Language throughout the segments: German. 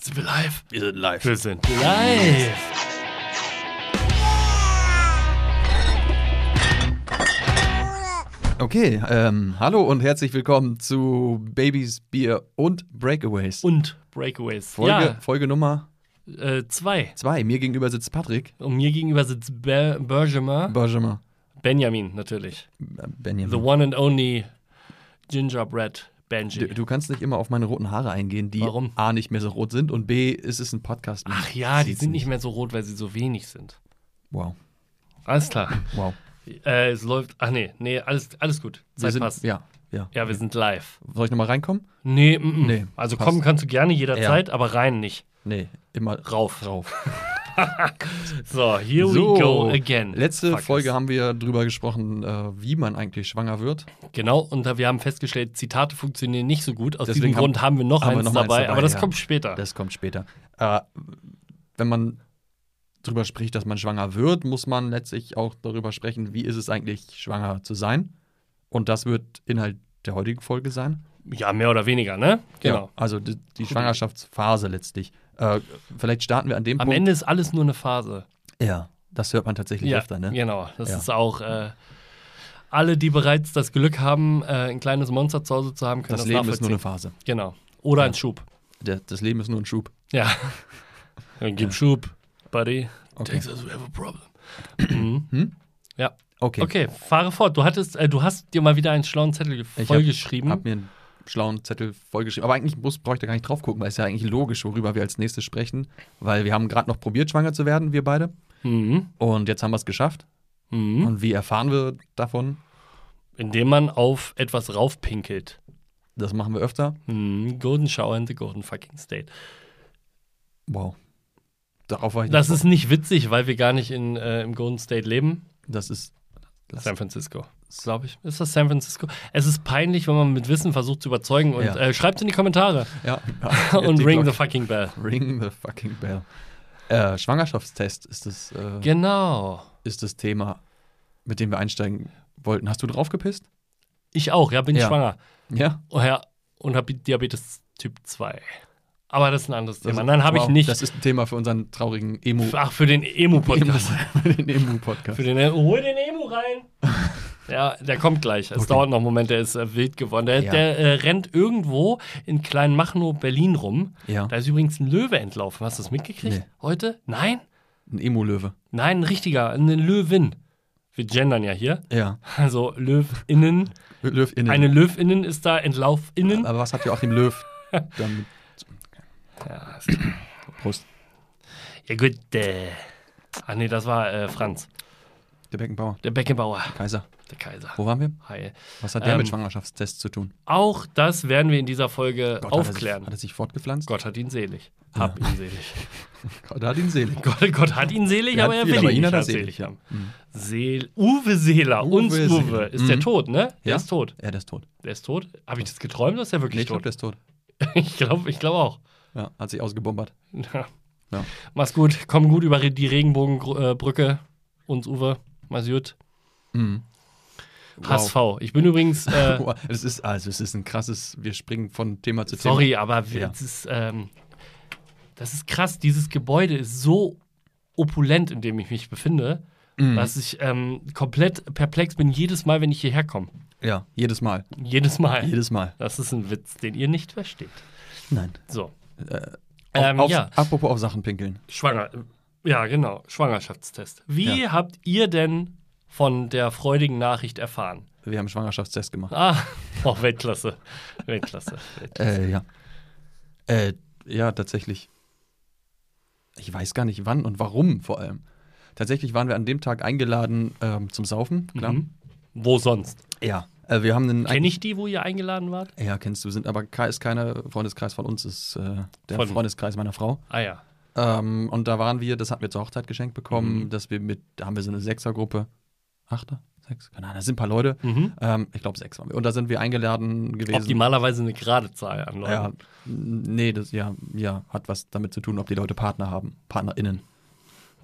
Sind wir live? Wir sind live. Wir sind live. Okay, ähm, hallo und herzlich willkommen zu Babys, Bier und Breakaways. Und Breakaways. Folge, Folge Nummer Ja, äh, zwei. 2. Mir gegenüber sitzt Patrick. Und mir gegenüber sitzt Be Bergema. Benjamin. Äh, Benjamin, natürlich. The Benjamin. one and only Gingerbread Du, Benji. du kannst nicht immer auf meine roten Haare eingehen, die Warum? A nicht mehr so rot sind und B, es ist ein Podcast. Man Ach ja, die sieht's sind nicht mehr so rot, weil sie so wenig sind. Wow, Alles klar. wow. äh, es läuft. Ach nee, nee, alles, alles gut. Wir Zeit sind, passt. ja, ja. Ja, wir sind live. Soll ich nochmal reinkommen? Nee, mm, mm. Nee, Also passt. kommen kannst du gerne jederzeit, aber rein nicht. Nee, immer Rauf. rauf. So, here So, we go again. Letzte Fuck Folge yes. haben wir drüber gesprochen, äh, wie man eigentlich schwanger wird. Genau, und da- wir haben festgestellt, Zitate funktionieren nicht so gut. Aus Deswegen diesem haben- Grund haben wir noch, haben wir eins, noch mal eins dabei, dabei, aber das ja. kommt später. Das kommt später. Äh, wenn man darüber spricht, dass man schwanger wird, muss man letztlich auch darüber sprechen, wie ist es eigentlich, schwanger zu sein. Und das wird Inhalt der heutigen Folge sein. ja, mehr oder weniger, ne? Genau. Ja, also die, die Schwangerschaftsphase letztlich. Äh, vielleicht starten wir an dem Am Punkt. Ende ist alles nur eine Phase. Ja, das hört man tatsächlich Ja, öfter, ne? genau. Das Ja. ist auch äh, alle, die bereits das Glück haben, äh, ein kleines Monster zu Hause zu haben, können Das das, Leben ist nur eine nachvollziehen. Phase. Genau. Oder ein Schub. Der, das Leben ist nur ein Schub. Ja. Dann gib Schub, buddy. Okay. Texas, we have a problem. Mhm. Ja. Okay. Okay, fahre fort. Du hattest, äh, du hast dir mal wieder einen schlauen Zettel ge- Ich vollgeschrieben. Hab mir einen schlauen Zettel vollgeschrieben. Aber eigentlich muss, brauche ich da gar nicht drauf gucken, weil es ist ja eigentlich logisch, worüber wir als nächstes sprechen. Weil wir haben gerade noch probiert, schwanger zu werden, wir beide. mhm. Und jetzt haben wir es geschafft. Mhm. Und wie erfahren wir davon? Indem man auf etwas raufpinkelt. Das machen wir öfter. Mhm. Golden Shower in the Golden Fucking State. Wow. Darauf war ich Das nicht ist nicht witzig, weil wir gar nicht in, äh, im Golden State leben. Das ist. Das- San Francisco. Glaube ich. Ist das San Francisco? Es ist peinlich, wenn man mit Wissen versucht zu überzeugen. Und Ja. äh, schreibt in die Kommentare. Ja. und Die ring the Glocke. fucking bell. ring the fucking bell. Äh, Schwangerschaftstest ist das, äh, Genau. ist das Thema, mit dem wir einsteigen wollten. Hast du draufgepisst? Ich auch, ja, bin Ja. schwanger. Ja. Oh ja, und habe Diabetes Typ 2. Aber das ist ein anderes Thema. Also, Nein, habe wow, ich nicht. Das ist ein Thema für unseren traurigen Emu. Ach, für den Emu-Podcast. Emu- den Emu-Podcast. Für den, hol den Emu rein. Ja, der kommt gleich. Es Okay. dauert noch einen Moment, der ist äh, wild geworden. Der, Ja. der äh, rennt irgendwo in Kleinmachnow, Berlin rum. Ja. Da ist übrigens ein Löwe entlaufen. Hast du das mitgekriegt Nee. heute? Nein? Ein Emu-Löwe. Nein, ein richtiger, eine Löwin. Wir gendern ja hier. Ja. Also Löwinnen. Löwinnen. Eine Löwinnen ist da, Entlaufinnen. Aber was hat Joachim Löw damit? Ja, ist Prost. Ja gut, äh. Ah nee, das war äh, Franz, Der Beckenbauer. der Beckenbauer, Kaiser. der Kaiser. Wo waren wir? Hi. Was hat der Ähm, mit Schwangerschaftstests zu tun? Auch das werden wir in dieser Folge Hat er aufklären. sich, hat er sich fortgepflanzt? Gott hat ihn selig. Hab ihn selig. Gott hat ihn selig. Gott, Gott hat ihn selig, Er aber hat er viel, will aber ihn ihn nicht hat er als selig, Mhm. selig haben. Seel Uwe Seeler, Uwe uns Seeler. Uwe. Ist der Mhm. tot, ne? Der Ja? ist tot. Ja, der ist tot. Der ist tot. Habe ich das geträumt oder ist der Nee, wirklich ich glaube, tot? der ist tot. Ich glaube ich glaub auch. Ja, hat sich ausgebombert. Ja. Ja. Mach's gut, komm gut über die Regenbogenbrücke. Uns Uwe, mach's gut. Mhm. HSV. Ich bin übrigens. Äh, Wow. Es ist, also es ist ein krasses, wir springen von Thema zu Thema. Sorry, aber wir- Ja. das, ist, ähm, das ist krass. Dieses Gebäude ist so opulent, in dem ich mich befinde, dass ich ähm, komplett perplex bin jedes Mal, wenn ich hierher komme. Ja, jedes Mal. Jedes Mal. Jedes Mal. das ist ein Witz, den ihr nicht versteht. Nein. So. Auf, Ähm, auf, ja. Apropos auf Sachen pinkeln. Schwanger. Ja, genau. Schwangerschaftstest. Wie Ja. habt ihr denn von der freudigen Nachricht erfahren? Wir haben Schwangerschaftstest gemacht. Ah, oh, Weltklasse. Weltklasse. Weltklasse. Äh, ja. Äh, ja, tatsächlich. Ich weiß gar nicht wann und warum vor allem. Tatsächlich waren wir an dem Tag eingeladen ähm, zum Saufen, klar. Mhm. Wo sonst? Ja. Äh, wir haben einen Kenne ich die, wo ihr eingeladen wart? Ja, kennst du, sind aber ke- ist keiner Freundeskreis von uns, ist äh, der Von- Freundeskreis meiner Frau. Ah ja. Ähm, und da waren wir, das hatten wir zur Hochzeit geschenkt Mhm. bekommen, dass wir mit, da haben wir so eine Sechsergruppe, Achter, Sechs, keine Ahnung, da sind ein paar Leute, Mhm. ähm, ich glaube sechs waren wir. Und da sind wir eingeladen gewesen. Optimalerweise eine gerade Zahl an Leuten. ja, n- nee, das ja, ja, hat was damit zu tun, ob die Leute Partner haben, PartnerInnen.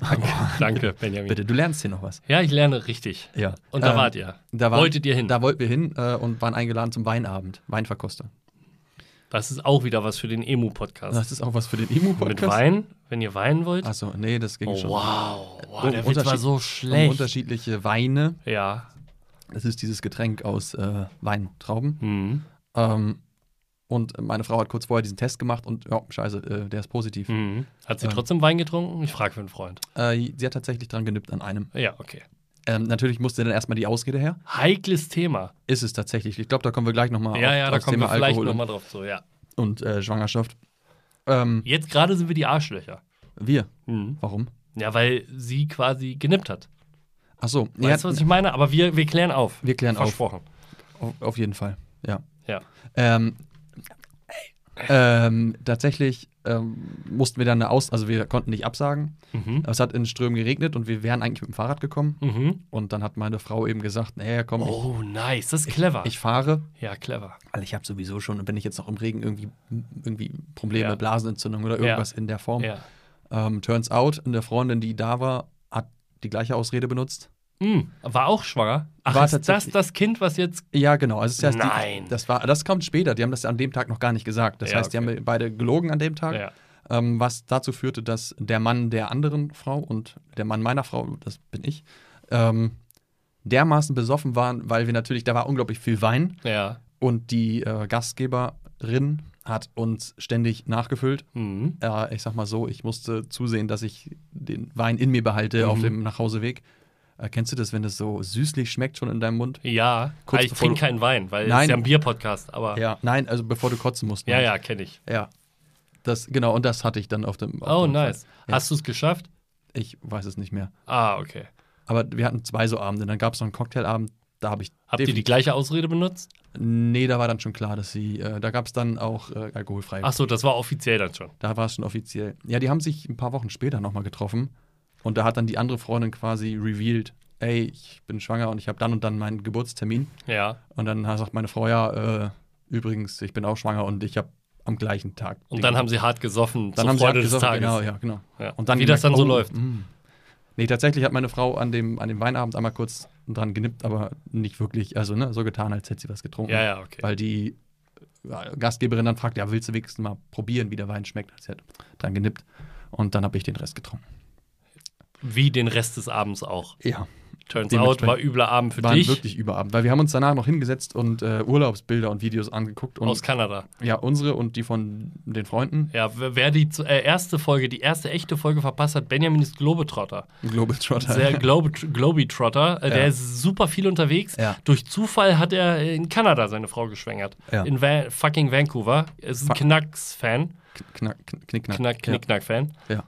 Danke, Benjamin. Bitte, du lernst hier noch was. Ja, ich lerne richtig. Ja. Und da Ähm, wart ihr. Da waren, Wolltet ihr hin? Da wollten wir hin äh, und waren eingeladen zum Weinabend, Weinverkoster. Das ist auch wieder was für den Emu-Podcast. Das ist auch was für den Mit Emu-Podcast. Wein, wenn ihr weinen wollt. Achso, nee, das ging oh, schon. wow. wow Um der Witz war Unterschied- so Um schlecht. unterschiedliche Weine. ja. Das ist dieses Getränk aus äh, Weintrauben. Mhm. Ähm, und meine Frau hat kurz vorher diesen Test gemacht und ja, scheiße, äh, der ist positiv. Mhm. Hat sie Ähm. trotzdem Wein getrunken? Ich frage für einen Freund. Äh, sie hat tatsächlich dran genippt an einem. Ja, okay. Ähm, natürlich musste dann erstmal die Ausrede her. Heikles Thema. Ist es tatsächlich. Ich glaube, da kommen wir gleich nochmal ja, ja, da aufs kommen wir Thema vielleicht Ah, Alkohol nochmal drauf zu. Ja. und, und äh, Schwangerschaft. Ähm, Jetzt gerade sind wir die Arschlöcher. wir. Mhm. Warum? Ja, weil sie quasi genippt hat. Achso, Weißt du, was ich meine? Aber wir, wir klären auf. wir klären auf. Versprochen. Auf, auf jeden Fall, ja. Ja. Ähm, ähm, tatsächlich ähm, mussten wir dann eine Aus... Also wir konnten nicht absagen. Mhm. Es hat in Strömen geregnet und wir wären eigentlich mit dem Fahrrad gekommen. Mhm. Und dann hat meine Frau eben gesagt, naja, komm, Oh, nice. Das ist clever. ich, ich fahre. ja, clever. Weil ich habe sowieso schon, wenn ich jetzt noch im Regen irgendwie, irgendwie Probleme, Ja. Blasenentzündung oder Ja. irgendwas in der Form. Ja. Ähm, turns out, eine Freundin, die da war, hat die gleiche Ausrede benutzt. Mhm. War auch schwanger. Ach, Hm. War ist das tatsächlich- das Kind, was jetzt. Ja, genau. Also es ist erst Nein. Die, das, war, das kommt später. Die haben das an dem Tag noch gar nicht gesagt. Das Ja, heißt, die okay. haben beide gelogen an dem Tag. Ja. Ähm, was dazu führte, dass der Mann der anderen Frau und der Mann meiner Frau, das bin ich, ähm, dermaßen besoffen waren, weil wir natürlich, da war unglaublich viel Wein Ja. und die äh, Gastgeberin hat uns ständig nachgefüllt. Mhm. Äh, ich sag mal so, ich musste zusehen, dass ich den Wein in mir behalte auf Mhm. dem Nachhauseweg. Äh, kennst du das, wenn das so süßlich schmeckt schon in deinem Mund? Ja, Kurz aber ich bevor trinke du- keinen Wein, weil es ist Nein. ja ein Bier-Podcast, aber. Ja, Ja, nein, also bevor du kotzen musst. ja, meine kenne ich. ich. Ja. Das, genau, und das hatte ich dann auf dem. Auf Oh, dem nice. Ja. Hast du es geschafft? Ich weiß es nicht mehr. Ah, okay. Aber wir hatten zwei so Abende. Dann gab es noch einen Cocktailabend. Da habe ich. Habt ihr die definitiv- gleiche Ausrede benutzt? Nee, da war dann schon klar, dass sie. Äh, da gab es dann auch äh, alkoholfrei. Ach so, das war offiziell dann schon. Da war es schon offiziell. Ja, die haben sich ein paar Wochen später nochmal getroffen. Und da hat dann die andere Freundin quasi revealed: Ey, ich bin schwanger und ich habe dann und dann meinen Geburtstermin. Ja. Und dann sagt meine Frau: Ja, äh, übrigens, ich bin auch schwanger und ich habe am gleichen Tag. Und den dann haben sie hart gesoffen Dann zur haben sie Freude des abgesoffen, Tages. Genau, ja, genau. Ja. Und dann Wie das dann gemerkt, so läuft. oh, mm. Nee, tatsächlich hat meine Frau an dem, an dem Weinabend einmal kurz dran genippt, aber nicht wirklich, also ne, so getan, als hätte sie was getrunken. Ja, ja, okay. Weil die äh, Gastgeberin dann fragt, ja, willst du wenigstens mal probieren, wie der Wein schmeckt? Sie hat dran genippt und dann habe ich den Rest getrunken. Wie den Rest des Abends auch. Ja, Turns out Dementsprechend war übler Abend für waren dich wirklich überabend, weil wir haben uns danach noch hingesetzt und äh, Urlaubsbilder und Videos angeguckt und aus Kanada. ja, unsere und die von den Freunden. Ja, wer wer die zu- äh, erste Folge, die erste echte Folge verpasst hat, Benjamin ist Globetrotter. Globetrotter. Sehr Globet Globetrotter. Äh, Ja. Der ist super viel unterwegs. Ja. Durch Zufall hat er in Kanada seine Frau geschwängert. Ja. In Va fucking Vancouver. Er ist ein Fuck. Knacks-Fan. knack, knack, knick, knack. Knack, Knick-Knack-Fan. Ja.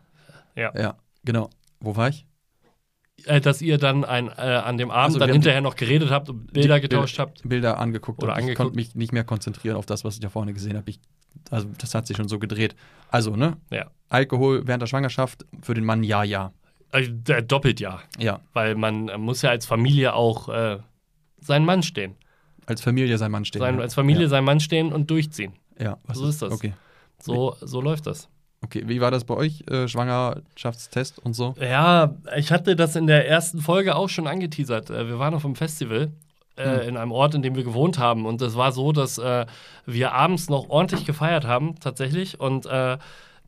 ja, genau. Wo war ich? Äh, dass ihr dann ein, äh, an dem Abend Also, wir dann haben hinterher noch geredet habt und Bilder die getauscht habt. Bilder angeguckt Oder und ich angeguckt. konnte mich nicht mehr konzentrieren auf das, was ich da vorne gesehen habe. Ich- Also das hat sich schon so gedreht. Also, ne? Ja. Alkohol während der Schwangerschaft für den Mann ja, ja. Äh, der- doppelt ja. Ja. Weil man äh, muss ja als Familie auch äh, seinen Mann stehen. Als Familie sein Mann stehen. Sein, ja. als Familie seinen Mann stehen und durchziehen. Ja, ja. Was so ist das. Okay. So, so läuft das. okay, wie war das bei euch? Äh, Schwangerschaftstest und so? Ja, ich hatte das in der ersten Folge auch schon angeteasert. Äh, Wir waren auf einem Festival äh, in einem Ort, in dem wir gewohnt haben. Und es war so, dass äh, wir abends noch ordentlich gefeiert haben, tatsächlich. Und äh,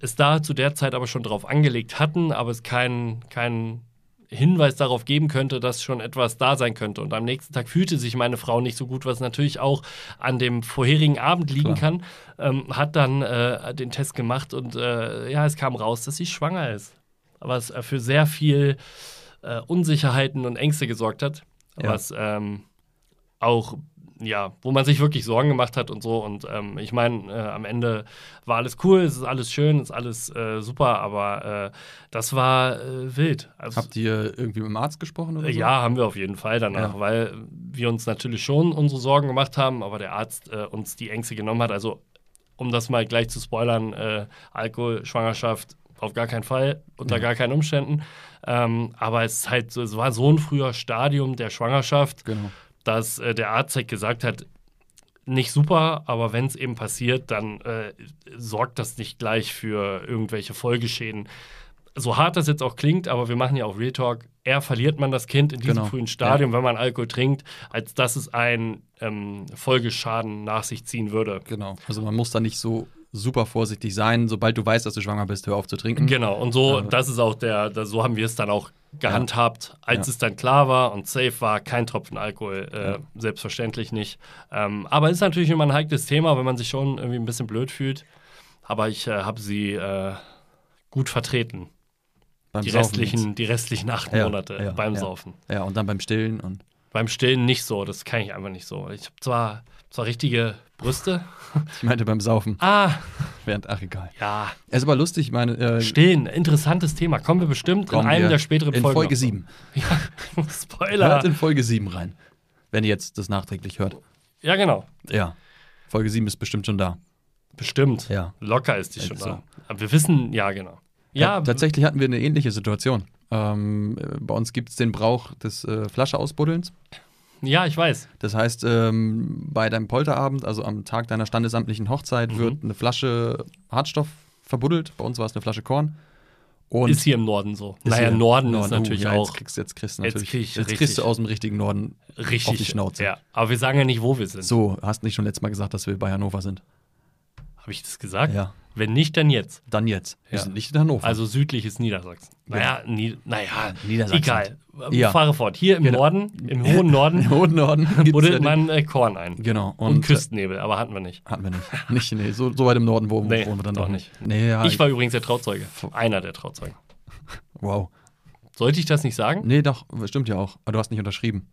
es da zu der Zeit aber schon drauf angelegt hatten, aber es keinen keinen Hinweis darauf geben könnte, dass schon etwas da sein könnte. Und am nächsten Tag fühlte sich meine Frau nicht so gut, was natürlich auch an dem vorherigen Abend liegen Klar. kann. Ähm, hat dann äh, den Test gemacht und äh, ja, es kam raus, dass sie schwanger ist was äh, für sehr viel äh, Unsicherheiten und Ängste gesorgt hat, Ja. was ähm, auch ja, wo man sich wirklich Sorgen gemacht hat und so. Und ähm, ich meine, äh, am Ende war alles cool, es ist alles schön, es ist alles äh, super, aber äh, das war äh, wild. Also, Habt ihr irgendwie mit dem Arzt gesprochen oder so? Äh, ja, haben wir auf jeden Fall danach, Ja. weil wir uns natürlich schon unsere Sorgen gemacht haben, aber der Arzt äh, uns die Ängste genommen hat. Also, um das mal gleich zu spoilern, äh, Alkohol, Schwangerschaft auf gar keinen Fall, unter gar keinen Umständen. Ähm, aber es, ist halt, so- es war so ein früher Stadium der Schwangerschaft, Genau. dass äh, der Arzt halt gesagt hat, nicht super, aber wenn es eben passiert, dann äh, sorgt das nicht gleich für irgendwelche Folgeschäden. so hart das jetzt auch klingt, aber wir machen ja auch Real Talk, eher verliert man das Kind in diesem Genau. frühen Stadium, wenn man Alkohol trinkt, als dass es einen ähm, Folgeschaden nach sich ziehen würde. Genau. Also man muss da nicht so super vorsichtig sein. Sobald du weißt, dass du schwanger bist, hör auf zu trinken. Genau, und so, Mhm. Ja. das ist auch der, da- so haben wir es dann auch gehandhabt, als Ja. es dann klar war und safe war, kein Tropfen Alkohol, äh, Ja. selbstverständlich nicht. Ähm, aber ist natürlich immer ein heikles Thema, wenn man sich schon irgendwie ein bisschen blöd fühlt. Aber ich äh, habe sie äh, gut vertreten, Beim die Saufen jetzt. restlichen, die restlichen acht Ja, Monate ja, beim ja. Saufen. Ja, und dann beim Stillen und Beim Stillen nicht so, das kann ich einfach nicht so. Ich habe zwar, zwar richtige Brüste. ich meinte beim Saufen Ah, während, ach egal. ja, Es ist aber lustig, ich meine, äh, Stillen, interessantes Thema. Kommen wir bestimmt kommen in einem wir der späteren in Folgen. Folge noch. 7. Ja, Hört Spoiler. in Folge 7 rein, wenn ihr jetzt das nachträglich hört. Ja, genau. Ja, Folge 7 ist bestimmt schon da. Bestimmt. Ja. Locker ist die schon Also. da. Aber wir wissen, ja, genau. Ja, Ta- tatsächlich hatten wir eine ähnliche Situation. Ähm, äh, bei uns gibt es den Brauch des äh, Flasche ausbuddelns. ja, ich weiß. Das heißt, ähm, bei deinem Polterabend, also am Tag deiner standesamtlichen Mhm. Hochzeit, wird eine Flasche Hartstoff verbuddelt. Bei uns war es eine Flasche Korn. Und ist hier im Norden so. Ist naja, hier- Norden, Norden, ist natürlich uh, ja, auch Jetzt kriegst, jetzt kriegst, du Jetzt natürlich, krieg ich jetzt richtig- kriegst du aus dem richtigen Norden. richtig. auf die Schnauze. Ja, aber wir sagen ja nicht, wo wir sind. So, hast nicht schon letztes Mal gesagt, dass wir bei Hannover sind? Habe ich das gesagt? Ja. Wenn nicht, dann jetzt. Dann jetzt. Wir Ja. sind nicht in Hannover. Also südlich ist Niedersachsen. Naja, nie, naja Niedersachsen. egal. Ja. Fahre fort. Hier im Genau. Norden, im hohen Norden, Im hohen Norden gibt's ja buddelt den- man äh, Korn ein. Genau. Und, Und, Küstennebel, aber hatten wir nicht. äh, hatten wir nicht. nicht nee, so, so weit im Norden wo, Nee, wohnen wir dann doch doch nicht. Nee, ja, ich war übrigens der Trauzeuge. Einer der Trauzeugen. wow. Sollte ich das nicht sagen? Nee, doch, stimmt ja auch. Aber du hast nicht unterschrieben.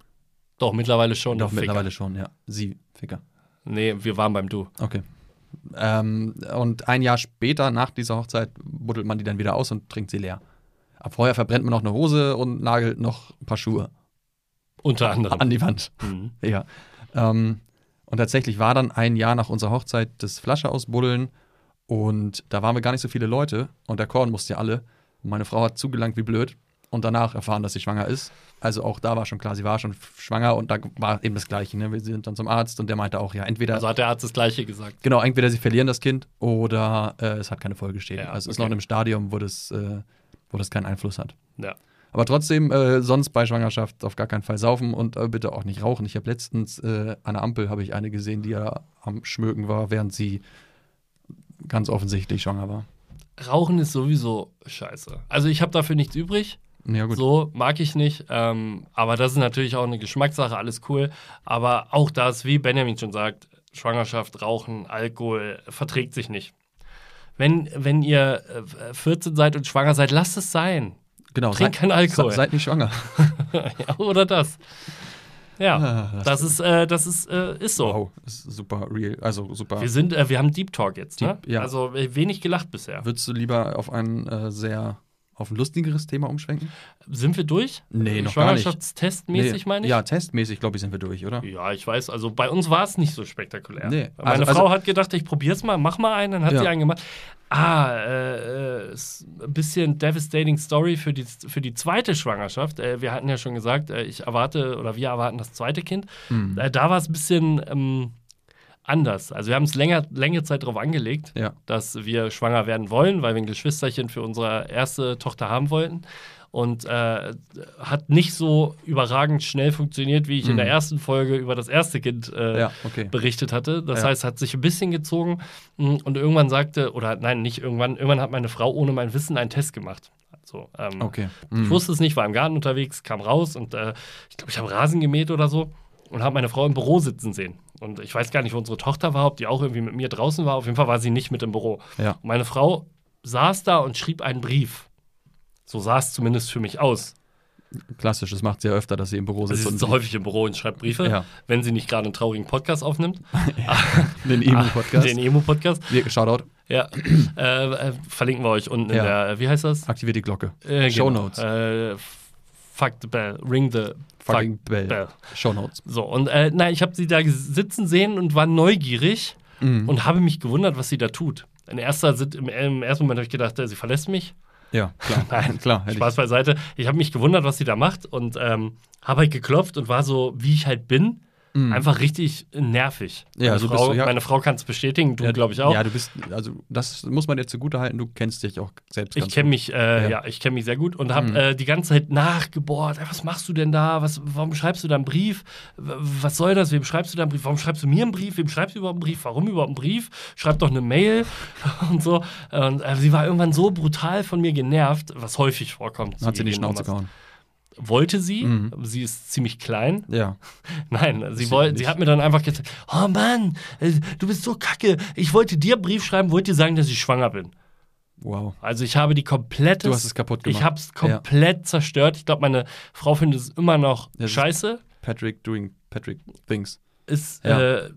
Doch, mittlerweile schon. doch, Ficker. mittlerweile schon, ja. Sie, Ficker. Nee, wir waren beim Du. Okay. Ähm, und ein Jahr später, nach dieser Hochzeit, buddelt man die dann wieder aus und trinkt sie leer. Ab vorher verbrennt man noch eine Hose und nagelt noch ein paar Schuhe Unter anderem. an die Wand. Mhm. Ja. Ähm, und tatsächlich war dann ein Jahr nach unserer Hochzeit das Flasche ausbuddeln und da waren wir gar nicht so viele Leute und der Korn musste ja alle. Und meine Frau hat zugelangt wie blöd und danach erfahren, dass sie schwanger ist. Also auch da war schon klar, sie war schon f- schwanger und da war eben das Gleiche. Ne? Wir sind dann zum Arzt und der meinte auch, ja, entweder, Also hat der Arzt das Gleiche gesagt. genau, entweder sie verlieren das Kind oder äh, es hat keine Folgeschäden. Ja, also es ist okay. noch in einem Stadium, wo das, äh, wo das keinen Einfluss hat. Ja. Aber trotzdem, äh, sonst bei Schwangerschaft auf gar keinen Fall saufen und äh, bitte auch nicht rauchen. Ich habe letztens äh, an der Ampel habe ich eine gesehen, die ja am Schmöken war, während sie ganz offensichtlich schwanger war. Rauchen ist sowieso scheiße. Also ich habe dafür nichts übrig. Ja, gut. So mag ich nicht. Ähm, aber das ist natürlich auch eine Geschmackssache, alles cool. Aber auch das, wie Benjamin schon sagt, Schwangerschaft, Rauchen, Alkohol äh, verträgt sich nicht. Wenn, wenn ihr äh, 14 seid und schwanger seid, lasst es sein. Genau. Trink keinen Alkohol. se- Seid nicht schwanger. Ja, Oder das. Ja, Ah, das das ist, äh, das ist, äh, ist so. wow, das ist super real. Also super. Wir sind, äh, wir haben Deep Talk jetzt, ne? Deep, ja. Also äh, wenig gelacht bisher. Würdest du lieber auf ein äh, sehr auf ein lustigeres Thema umschwenken? Sind wir durch? Also Nee, noch gar nicht. Schwangerschaftstestmäßig Nee, meine ich? Ja, testmäßig, glaube ich, sind wir durch, oder? Ja, ich weiß. Also bei uns war es nicht so spektakulär. Nee, Meine also- also- Frau hat gedacht, ich probier's mal, mach mal einen, dann hat Ja. sie einen gemacht. Ah, äh, äh, ist ein bisschen devastating Story für die, für die zweite Schwangerschaft. Äh, wir hatten ja schon gesagt, äh, ich erwarte oder wir erwarten das zweite Kind. Mhm. Äh, da war es ein bisschen ähm, anders. Also wir haben es länger, lange Zeit darauf angelegt, Ja. dass wir schwanger werden wollen, weil wir ein Geschwisterchen für unsere erste Tochter haben wollten. Und äh, hat nicht so überragend schnell funktioniert, wie ich in der ersten Folge über das erste Kind äh, Mhm. Ja, okay. berichtet hatte. Das Ja. heißt, hat sich ein bisschen gezogen mh, und irgendwann sagte, oder nein, nicht irgendwann, irgendwann hat meine Frau ohne mein Wissen einen Test gemacht. Also, ähm, Okay. Mhm. ich wusste es nicht, war im Garten unterwegs, kam raus und äh, ich glaube, ich habe Rasen gemäht oder so und habe meine Frau im Büro sitzen sehen. Und ich weiß gar nicht, wo unsere Tochter war, ob die auch irgendwie mit mir draußen war. Auf jeden Fall war sie nicht mit im Büro. Ja. Und meine Frau saß da und schrieb einen Brief. So sah es zumindest für mich aus. Klassisch, das macht sie ja öfter, dass sie im Büro Sie sitzt sitzt häufig im Büro und schreibt Briefe, Ja. wenn sie nicht gerade einen traurigen Podcast aufnimmt. den Ah, E-Mail-Podcast. Den Emo-Podcast. Wir- Shoutout. Ja. äh, äh, verlinken wir euch unten Ja. in der, wie heißt das? Aktiviert die Glocke. Äh, Show genau. Notes. Äh, fuck the bell. Ring the Fucking Bell. Bell. Show Notes. So, und äh, nein, ich habe sie da sitzen sehen und war neugierig Mhm. und habe mich gewundert, was sie da tut. In erster, Sit- im, Im ersten Moment habe ich gedacht, äh, sie verlässt mich. Ja, klar. Nein, klar. hätte Spaß beiseite. Ich habe mich gewundert, was sie da macht und ähm, habe halt geklopft und war so, wie ich halt bin. Mhm. Einfach richtig nervig. Ja, meine so Frau, bist du, ja. Meine Frau kann es bestätigen, du Ja, glaube ich auch. Ja, du bist, also das muss man dir zugutehalten, du kennst dich auch selbst ich ganz kenne mich, äh, Ja. ja. ich kenne mich sehr gut und habe Mhm. äh, die ganze Zeit nachgebohrt. Ey, was machst du denn da? Was, warum schreibst du da einen Brief? W- Was soll das? Wem schreibst du da einen Brief? Warum schreibst du mir einen Brief? Wem schreibst du überhaupt einen Brief? Warum überhaupt einen Brief? Schreib doch eine Mail und so. Und äh, sie war irgendwann so brutal von mir genervt, was häufig vorkommt. gut. Hat sie in die Schnauze gehauen? gehauen. Wollte sie? Mhm. Sie ist ziemlich klein. Ja. Nein, sie, Sie wollte, nicht. sie hat mir dann einfach gesagt, oh Mann, äh, du bist so kacke. Ich wollte dir einen Brief schreiben, wollte dir sagen, dass ich schwanger bin. Wow. Also ich habe die komplette. Du hast es kaputt gemacht. Ich habe es komplett zerstört. Ich glaube, meine Frau findet es immer noch Das ist- scheiße. Patrick doing Patrick things. Ist, Ja. äh,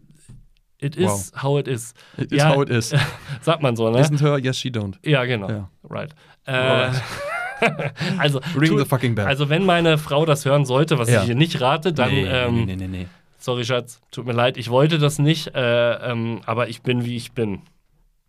it is how it is. It is Ja, how it is. Sagt man so, ne? Isn't her? Yes, she don't. ja, genau. Ja. Right. Äh, also, Ring tu, the fucking bell. also, wenn meine Frau das hören sollte, was Ja. ich ihr nicht rate, dann. nee, ähm, nee, nee, nee, nee. Sorry, Schatz, tut mir leid, ich wollte das nicht, äh, ähm, aber ich bin, wie ich bin.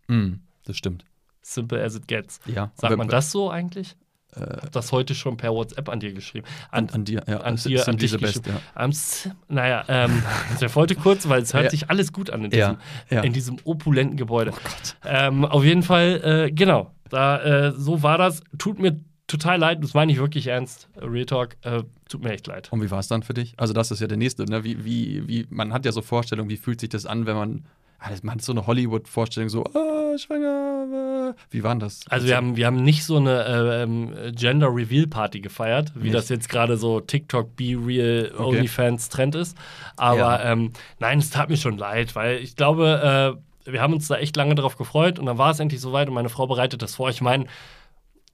Mhm, das stimmt. Simple as it gets. Ja. Sagt Wenn- man das so eigentlich? Äh, Hab das heute schon per WhatsApp an dir geschrieben. An, An, an dir, ja. an es dir, ist an dich diese Best, geschrieben. ja. Am S- naja, ähm, ich wollte kurz, weil es hört Ja. sich alles gut an in Ja, diesem, ja. Oh In diesem opulenten Gebäude. Gott. Ähm, auf jeden Fall, äh, genau, da, äh, so war das. Tut mir total leid, das meine ich wirklich ernst. Real Talk, äh, tut mir echt leid. Und wie war es dann für dich? Also, das ist ja der nächste, ne? Wie, wie, wie, man hat ja so Vorstellungen, wie fühlt sich das an, wenn man. Ah, das- Man hat so eine Hollywood-Vorstellung, so, ah, schwanger. ah. Wie war denn das? Also wir haben, wir haben nicht so eine äh, ähm, Gender Reveal Party gefeiert, wie Nicht? das jetzt gerade so TikTok, Be Real, Okay. OnlyFans Trend ist. Aber ähm, nein, es tat mir schon leid, weil ich glaube, äh, wir haben uns da echt lange drauf gefreut und dann war es endlich soweit und meine Frau bereitet das vor. Ich meine,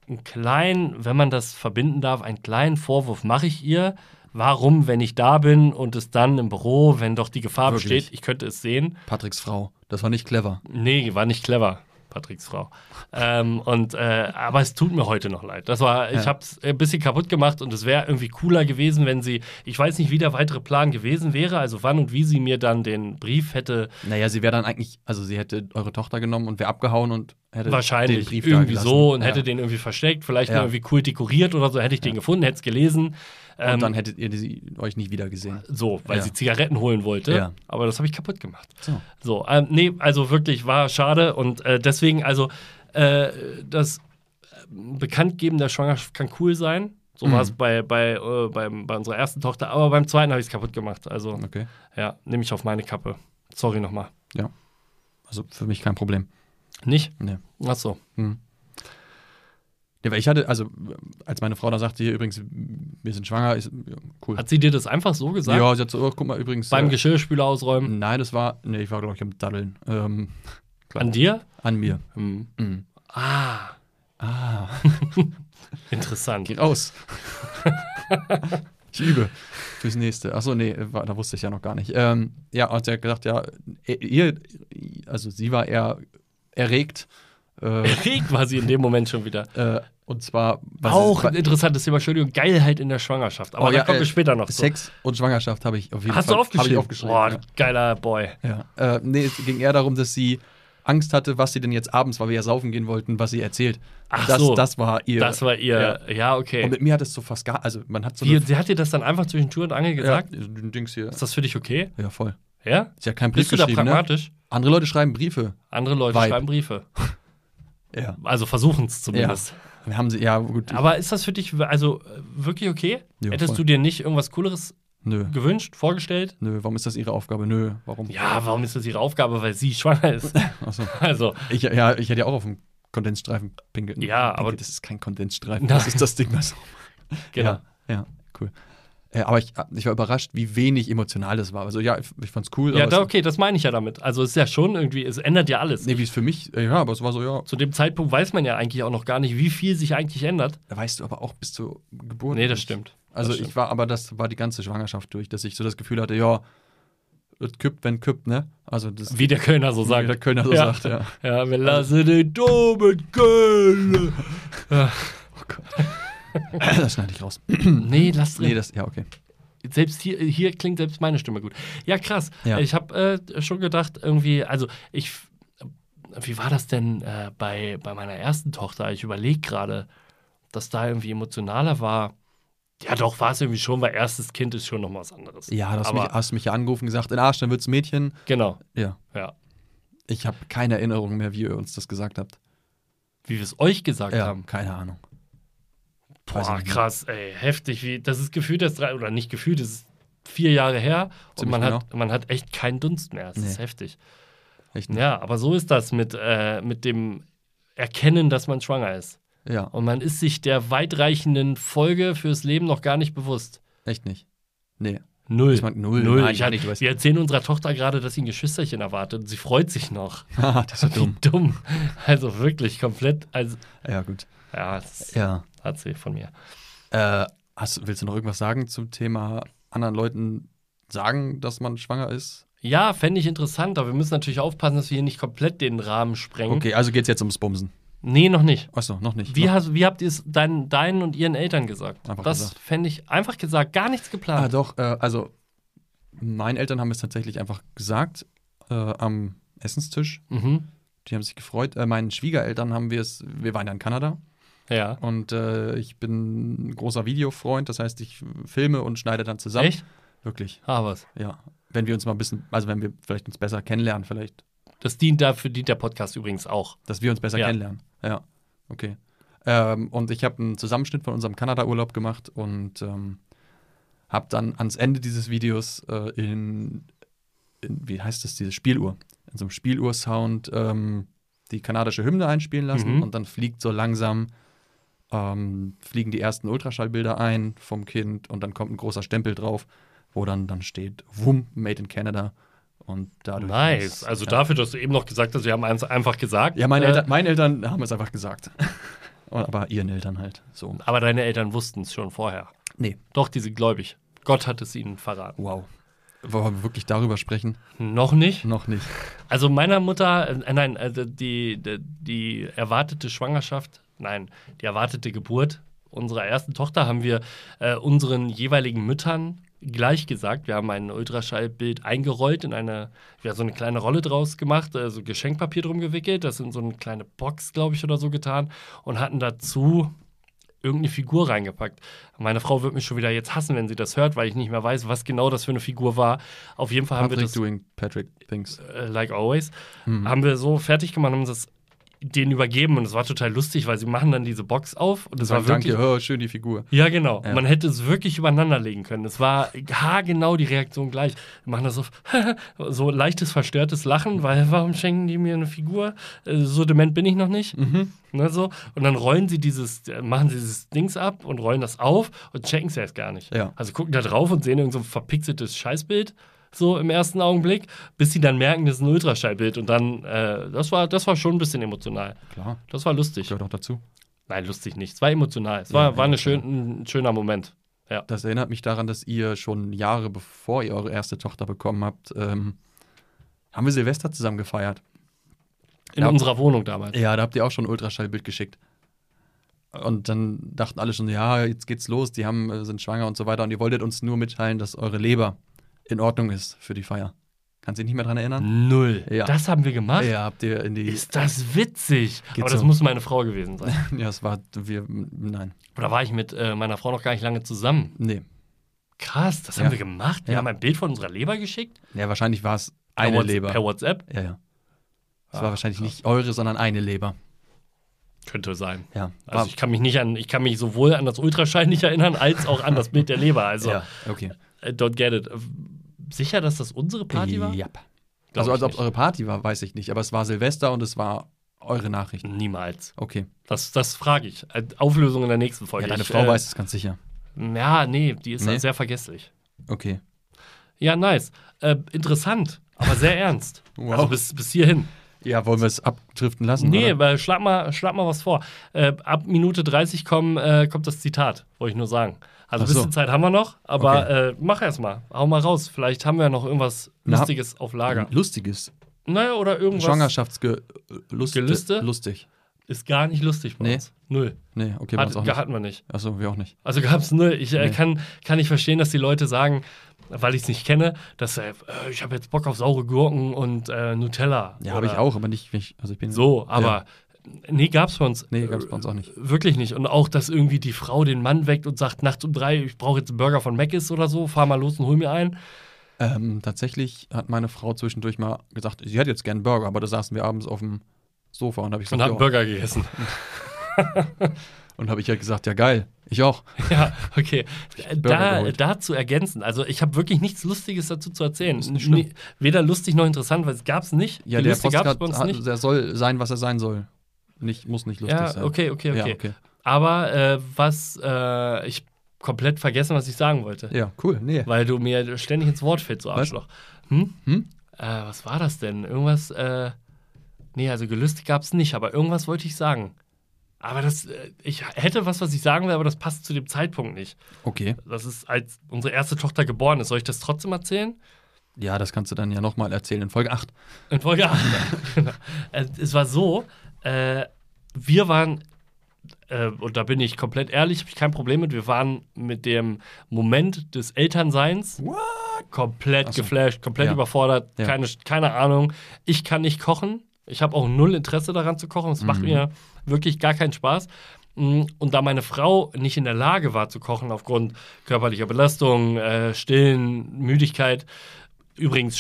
einen kleinen, wenn man das verbinden darf, einen kleinen Vorwurf mache ich ihr. Warum, wenn ich da bin und es dann im Büro, wenn doch die Gefahr Wirklich? besteht, ich könnte es sehen. Patricks Frau. Das war nicht clever. Nee, war nicht clever, Patricks Frau. ähm, und, äh, aber es tut mir heute noch leid. Das war, ich Ja. hab's ein bisschen kaputt gemacht und es wäre irgendwie cooler gewesen, wenn sie, ich weiß nicht, wie der weitere Plan gewesen wäre, also wann und wie sie mir dann den Brief hätte, Naja, sie wäre dann eigentlich, also sie hätte eure Tochter genommen und wäre abgehauen und hätte wahrscheinlich den Brief irgendwie da so und ja. hätte den irgendwie versteckt, vielleicht Ja. nur irgendwie cool dekoriert oder so, hätte ich den gefunden, hätte es gelesen. Ähm, Und dann hättet ihr sie euch nicht wieder gesehen. so, weil Ja. sie Zigaretten holen wollte. Ja. Aber das habe ich kaputt gemacht. So. So, ähm, nee, also wirklich war schade und äh, deswegen, also äh, das Bekanntgeben der Schwangerschaft kann cool sein. So Mhm. war es bei, bei, äh, beim, bei unserer ersten Tochter, aber beim zweiten habe ich es kaputt gemacht. Also Okay. ja, nehme ich auf meine Kappe. Sorry nochmal. Also für mich kein Problem. Nicht? Nee. Achso. Ja, weil ich hatte, also als meine Frau dann sagte, hier übrigens, wir sind schwanger, ist ja, cool. Hat sie dir das einfach so gesagt? ja, sie hat so, oh, guck mal, übrigens. Beim äh, Geschirrspüler ausräumen? Nein, das war, nee, ich war, glaube ich, am Daddeln. Ähm, klar. An dir? An mir. Mhm. Ah, Ah, interessant. geh raus. ich übe. Fürs nächste. Achso, nee, war, da wusste ich ja noch gar nicht. Ähm, ja, und sie hat gesagt, ja, e, ihr, also sie war eher erregt. Äh, Krieg war sie in dem Moment schon wieder. äh, und zwar, was Auch ist, ein interessantes Thema, Entschuldigung, Geilheit in der Schwangerschaft. Aber Oh da ja, kommen äh, wir später noch zu. Sex und Schwangerschaft habe ich auf jeden Hast Fall du aufgeschrieben? Hab ich aufgeschrieben. Boah, ja. geiler Boy. Ja. Äh, nee, es ging eher darum, dass sie Angst hatte, was sie denn jetzt abends, weil wir ja saufen gehen wollten, was sie erzählt. Ach das, so. das war ihr. Das war ihr, ja, Und okay. mit mir hat es so fast gar. Also, man hat so. Wie, eine- sie hat dir das dann einfach zwischen Tür und Angel ja, gesagt? ein Dings hier. Ist das für dich okay? Ja, voll. Ja? Sie hat keinen Brief Bist du da geschrieben. ne? pragmatisch? Andere Leute schreiben Briefe. Andere Leute Vibe. schreiben Briefe. Ja. Also versuchen es zumindest. Wir haben sie, ja, gut. Aber ist das für dich also äh, wirklich okay? Ja, Hättest voll. du dir nicht irgendwas Cooleres nö. gewünscht, vorgestellt? Nö, warum ist das ihre Aufgabe? Nö, warum? Ja, warum ist das ihre Aufgabe? Weil sie schwanger ist. Achso. Also, Ich, ja, ich hätte ja auch auf dem Kondensstreifen pinkeln. Ja, aber- Das ist kein Kondensstreifen. Nein. Das ist das Ding, was genau. Ja, ja cool. Äh, aber ich, ich war überrascht, wie wenig emotional das war. Also ja, ich, ich fand's cool. Ja, aber da, es, okay, das meine ich ja damit. Also, es ist ja schon irgendwie, es ändert ja alles. nee, wie es für mich, äh, ja, aber es war so, ja. Zu dem Zeitpunkt weiß man ja eigentlich auch noch gar nicht, wie viel sich eigentlich ändert. Da weißt du aber auch bis zur Geburt. Nee, das nicht. stimmt. Also Das stimmt. ich war, aber das war die ganze Schwangerschaft durch, dass ich so das Gefühl hatte, ja, es kippt, wenn kippt, ne? Also das Wie der Kölner so wie sagt. der Kölner so Ja. sagt, ja. Also- Ja, wir lassen den dummen Köln. das schneide ich raus. Nee, lass drin. Nee, das, ja, okay. selbst hier, hier klingt selbst meine Stimme gut. Ja, krass. Ja. Ich habe äh, schon gedacht, irgendwie, also ich, f- wie war das denn äh, bei, bei meiner ersten Tochter? Ich überlege gerade, dass da irgendwie emotionaler war. Ja, doch, war es irgendwie schon, weil erstes Kind ist schon noch mal was anderes. Ja, du hast, Aber- mich, hast mich ja angerufen und gesagt, in Arsch, dann wird's Mädchen. Genau, Ja. ja. Ich habe keine Erinnerung mehr, wie ihr uns das gesagt habt. Wie wir es euch gesagt haben. keine Ahnung. Weiß ich Boah, nicht. krass, ey, heftig. Wie, das ist gefühlt jetzt drei, oder nicht gefühlt, das ist vier Jahre her und Ziemlich genau. man hat, man hat echt keinen Dunst mehr. Das ist Nee. heftig. Echt nicht. Ja, aber so ist das mit, äh, mit dem Erkennen, dass man schwanger ist. Ja, Und man ist sich der weitreichenden Folge fürs Leben noch gar nicht bewusst. echt nicht. Nee. Null. Ich meine, null. Null. Nein, ich gar hab, nicht, du weißt- wir erzählen unserer Tochter gerade, dass sie ein Geschwisterchen erwartet und sie freut sich noch. Haha, Ah, das ist dumm. Wie dumm. Also wirklich komplett. Also, Ja, gut. ja, das Ja. hat sie von mir. Äh, hast, willst du noch irgendwas sagen zum Thema anderen Leuten sagen, dass man schwanger ist? Ja, fände ich interessant, aber wir müssen natürlich aufpassen, dass wir hier nicht komplett den Rahmen sprengen. Okay, also geht's jetzt ums Bumsen. Nee, noch nicht. Achso, noch nicht. Wie, noch, hast, wie habt ihr es deinen, deinen und ihren Eltern gesagt? Einfach das gesagt. fände ich einfach gesagt, gar nichts ah, geplant. doch, äh, also meinen Eltern haben es tatsächlich einfach gesagt äh, am Essenstisch. mhm. Die haben sich gefreut. Äh, meinen Schwiegereltern haben wir es, wir waren ja in Kanada. Ja. Und äh, ich bin ein großer Videofreund, das heißt, ich filme und schneide dann zusammen. Echt? Wirklich, Ah, was? ja. Wenn wir uns mal ein bisschen, also wenn wir vielleicht uns besser kennenlernen, vielleicht, Das dient dafür, dient der Podcast übrigens auch. dass wir uns besser Ja. kennenlernen. Ja, okay. Ähm, und ich habe einen Zusammenschnitt von unserem Kanada-Urlaub gemacht und ähm, habe dann ans Ende dieses Videos äh, in, in, wie heißt das, diese Spieluhr, in so einem Spieluhr-Sound ähm, die kanadische Hymne einspielen lassen Mhm. und dann fliegt so langsam, ähm, fliegen die ersten Ultraschallbilder ein vom Kind und dann kommt ein großer Stempel drauf, wo dann, dann steht, wum, made in Canada und dadurch. Nice. ist- Also ja. dafür, dass du eben noch gesagt hast, wir haben eins einfach gesagt. Ja, meine, Äh, Eltern, meine Eltern haben es einfach gesagt. Aber ihren Eltern halt. So. Aber deine Eltern wussten es schon vorher. Nee. Doch, die sind gläubig. Gott hat es ihnen verraten. Wow. Wollen wir wirklich darüber sprechen? Noch nicht? Noch nicht. Also meiner Mutter, äh, nein, also die, die, die erwartete Schwangerschaft, nein, die erwartete Geburt unserer ersten Tochter haben wir äh, unseren jeweiligen Müttern gleich gesagt. Wir haben ein Ultraschallbild eingerollt in eine, wir haben so eine kleine Rolle draus gemacht, äh, so Geschenkpapier drum gewickelt, das in so eine kleine Box, glaube ich, oder so getan und hatten dazu irgendeine Figur reingepackt. Meine Frau wird mich schon wieder jetzt hassen, wenn sie das hört, weil ich nicht mehr weiß, was genau das für eine Figur war. Auf jeden Fall haben wir Patrick das doing Patrick Things. äh, like always, haben wir so fertig gemacht, haben das denen übergeben und es war total lustig, weil sie machen dann diese Box auf und es war Sagen, wirklich. danke, oh, schön die Figur. Ja, genau. Ja. Man hätte es wirklich übereinander legen können. Es war haargenau die Reaktion gleich. Wir machen das auf so leichtes, verstörtes Lachen, weil warum schenken die mir eine Figur? Äh, So dement bin ich noch nicht. Mhm. Ne, so. Und dann rollen sie dieses, äh, machen sie dieses Dings ab und rollen das auf und checken es erst gar nicht. Ja. Also gucken da drauf und sehen irgend so ein verpixeltes Scheißbild. So im ersten Augenblick, bis sie dann merken, das ist ein Ultraschallbild. Und dann, äh, das, war, das war schon ein bisschen emotional. Klar, Das war lustig. gehört auch dazu. Nein, lustig nicht. Es war emotional. Es war, Ja, war eine emotional. schön, ein schöner Moment. Ja. Das erinnert mich daran, dass ihr schon Jahre bevor ihr eure erste Tochter bekommen habt, ähm, haben wir Silvester zusammen gefeiert. In Ja. unserer Wohnung damals. Ja, da habt ihr auch schon ein Ultraschallbild geschickt. Und dann dachten alle schon, ja, jetzt geht's los, die haben, äh, sind schwanger und so weiter. Und ihr wolltet uns nur mitteilen, dass eure Leber in Ordnung ist für die Feier. Kannst du dich nicht mehr dran erinnern? Null. Ja. Das haben wir gemacht. Ja, habt ihr in die. Ist das witzig? Geht Aber das so. muss meine Frau gewesen sein. Ja, es war. Wir, nein. Oder war ich mit äh, meiner Frau noch gar nicht lange zusammen? Nee. Krass, das haben Ja. wir gemacht. Wir Ja. haben ein Bild von unserer Leber geschickt. Ja, wahrscheinlich war es Per eine Whats- Leber. Per WhatsApp. Ja, ja. Es Ah, war wahrscheinlich krass. nicht eure, sondern eine Leber. Könnte sein. Ja. Also ich kann mich nicht an, ich kann mich sowohl an das Ultraschall nicht erinnern, als auch an das Bild der Leber. Also ja, okay. I don't get it. Äh, Sicher, dass das unsere Party war? Ja. Glaub Also, ich als ob es nicht. eure Party war, weiß ich nicht. Aber es war Silvester und es war eure Nachricht. Niemals. Okay. Das, das frage ich. Äh, Auflösung in der nächsten Folge. Ja, deine ich, Frau äh, weiß es ganz sicher. Ja, nee, die ist halt Nee? sehr vergesslich. Okay. Ja, nice. Äh, interessant, aber sehr ernst. Wow. Also bis, bis hierhin. Ja, wollen wir es abdriften lassen? Nee, oder? aber schlag mal, schlag mal was vor. Äh, ab Minute 30 kommen, äh, kommt das Zitat, wollte ich nur sagen. Also ein Ach so. bisschen Zeit haben wir noch, aber äh, mach erst mal. Hau mal raus. Vielleicht haben wir ja noch irgendwas Na, Lustiges auf Lager. Lustiges. Naja, oder irgendwas Schwangerschaftsge Lust Gelüste? Lustig. ist gar nicht lustig bei Nee. uns. Null. Nee, okay, bei Hat, uns auch nicht. hatten wir nicht. Achso, wir auch nicht. Also gab es null. Ich äh, Nee. kann, kann nicht verstehen, dass die Leute sagen, weil ich es nicht kenne, dass äh, äh, ich habe jetzt Bock auf saure Gurken und äh, Nutella. Ja, habe Oder ich auch, aber nicht. nicht- Also ich bin So, aber Nee, gab's bei uns. äh, Nee, gab's bei uns auch nicht. Wirklich nicht. Und auch, dass irgendwie die Frau den Mann weckt und sagt nachts um drei, ich brauche jetzt einen Burger von Mc's oder so, fahr mal los und hol mir einen. Ähm, tatsächlich hat meine Frau zwischendurch mal gesagt, sie hätte jetzt gern einen Burger, aber da saßen wir abends auf dem Sofa und habe ich Und hat gesagt, einen ja. Burger gegessen. und habe ich halt gesagt, ja geil, ich auch. ja, okay. Burger Da, geholt. dazu ergänzen. Also, ich habe wirklich nichts Lustiges dazu zu erzählen. Ist nicht schlimm. Nee, weder lustig noch interessant, weil es gab's nicht. Ja, Die der Liste gab's Postcard, bei uns hat- nicht. der soll sein, was er sein soll. Nicht, muss nicht lustig Ja, sein. okay, okay, okay. Ja, okay. Aber äh, was äh, ich komplett vergessen, was ich sagen wollte. Ja, cool. Nee. Weil du mir ständig ins Wort fällst, so Arschloch. Hm? Hm? Äh, was war das denn? Irgendwas, äh. Nee, also gelüstet gab es nicht, aber irgendwas wollte ich sagen. Aber das, äh, ich hätte was, was ich sagen will, aber das passt zu dem Zeitpunkt nicht. Okay. Das ist, als unsere erste Tochter geboren ist. Soll ich das trotzdem erzählen? Ja, das kannst du dann ja nochmal erzählen in Folge 8. In Folge 8. genau. Äh, es war so, äh, wir waren, äh, und da bin ich komplett ehrlich, habe ich kein Problem mit, wir waren mit dem Moment des Elternseins komplett Ach so. geflasht, komplett Ja. überfordert, Ja. keine, keine Ahnung. Ich kann nicht kochen, ich habe auch null Interesse daran zu kochen, es Mhm. macht mir wirklich gar keinen Spaß. Mm, Und da meine Frau nicht in der Lage war zu kochen aufgrund körperlicher Belastung, äh, Stillen, Müdigkeit, Übrigens,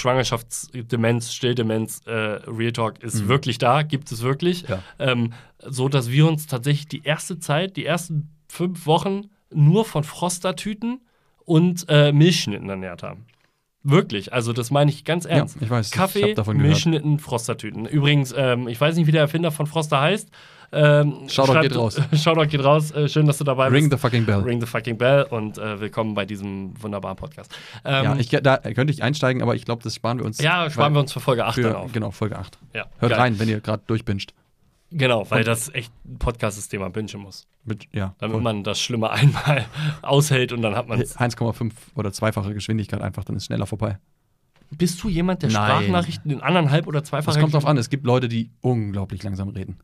Schwangerschaftsdemenz, Stilldemenz, äh, Real Talk ist wirklich da, gibt es wirklich. Mhm. Ja. Ähm, so dass wir uns tatsächlich die erste Zeit, die ersten fünf Wochen nur von Frostertüten und äh, Milchschnitten ernährt haben. Wirklich, also das meine ich ganz ernst. ich weiß, ich Kaffee, hab davon gehört. Milchschnitten, Frostertüten. Übrigens, ähm, ich weiß nicht, wie der Erfinder von Froster heißt. Ähm, Shoutout schreibt- geht raus. Shoutout geht raus. Äh, schön, dass du dabei Ring the bist. fucking bell. Ring the fucking bell und äh, willkommen bei diesem wunderbaren Podcast. Ähm, ja, ich, da könnte ich einsteigen, aber ich glaube, das sparen wir uns. ja, sparen weil- wir uns für Folge 8 dann für, auf. Genau, Folge 8. Ja, Hört geil. rein, wenn ihr gerade durchbinscht. Genau, weil das echt ein Podcast ist, den man bingen muss. Mit, ja, Damit voll. man das Schlimme einmal aushält und dann hat man es. 1,5 oder zweifache Geschwindigkeit einfach, dann ist schneller vorbei. Bist du jemand, der Nein. Sprachnachrichten in anderthalb oder zweifacher Das kommt drauf an, es gibt Leute, die unglaublich langsam reden.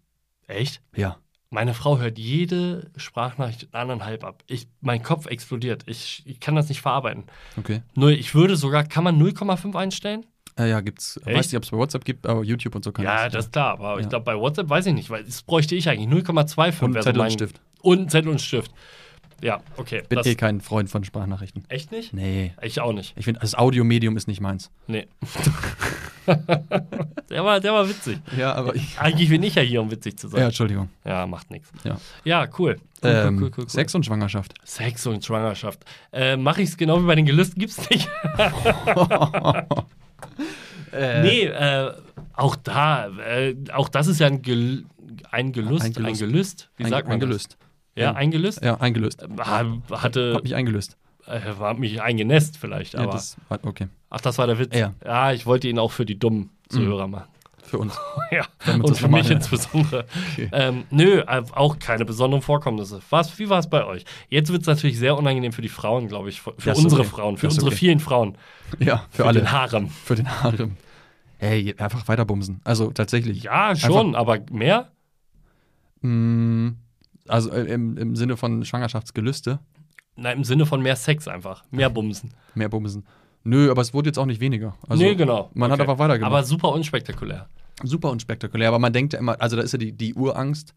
Echt? Ja. Meine Frau hört jede Sprachnachricht in anderthalb ab. Ich, mein Kopf explodiert. Ich, ich kann das nicht verarbeiten. Okay. Null, ich würde sogar, kann man 0,5 einstellen? Äh, ja, gibt's. Echt? Weiß nicht, ob es bei WhatsApp gibt, aber YouTube und so kann ja, ich's. das ist klar, aber ich Ja. glaube, bei WhatsApp weiß ich nicht, weil das bräuchte ich eigentlich. 0,25 Und wäre so Zettel und mein- Stift. Und Zettel und Stift. Ja, okay. Bin das, eh kein Freund von Sprachnachrichten. echt nicht? Nee. Ich auch nicht. Ich finde, das Audiomedium ist nicht meins. Nee. der, war, der war witzig. Ja, aber ich. Eigentlich bin ich ja hier, um witzig zu Ja, sein. Entschuldigung. Ja, macht nichts. Ja. Ja, cool. Cool, Ähm, cool, cool, cool, cool. Sex und Schwangerschaft. Sex und Schwangerschaft. Äh, Mache ich es genau wie bei den Gelüsten? Gibt's nicht. Nee, äh, auch da, äh, auch das ist ja ein, Gel ein Gelust, ein Ein Gelüst. Gelüst. Wie sagt man Eingelöst. Das? Ja, ein Gelüst. Ja, eingelöst. Ha- Hatte, Hab mich eingelöst. äh, war mich eingenässt vielleicht, Ja, aber. das war, okay. ach, das war der Witz. Ja. Mhm. ja, ich wollte ihn auch für die dummen Zuhörer machen. Für uns. Ja, Damit und das für mich normal- insbesondere. Okay. Ähm, nö, äh, auch keine besonderen Vorkommnisse. Was, wie war es bei euch? Jetzt wird es natürlich sehr unangenehm für die Frauen, glaube ich. Für für Das ist unsere okay. Frauen, für Das ist unsere okay. vielen Frauen. Ja, für, Für alle. den Harem. für den Harem. Ey, einfach weiterbumsen. Also tatsächlich. Ja, schon, aber mehr? Mm, also äh, im, im Sinne von Schwangerschaftsgelüste, Nein, im Sinne von mehr Sex einfach. Mehr Bumsen. mehr bumsen. Nö, aber es wurde jetzt auch nicht weniger. Also, nee, genau. Man hat Okay. einfach weitergemacht. Aber super unspektakulär. Super unspektakulär, aber man denkt ja immer, also da ist ja die, die Urangst,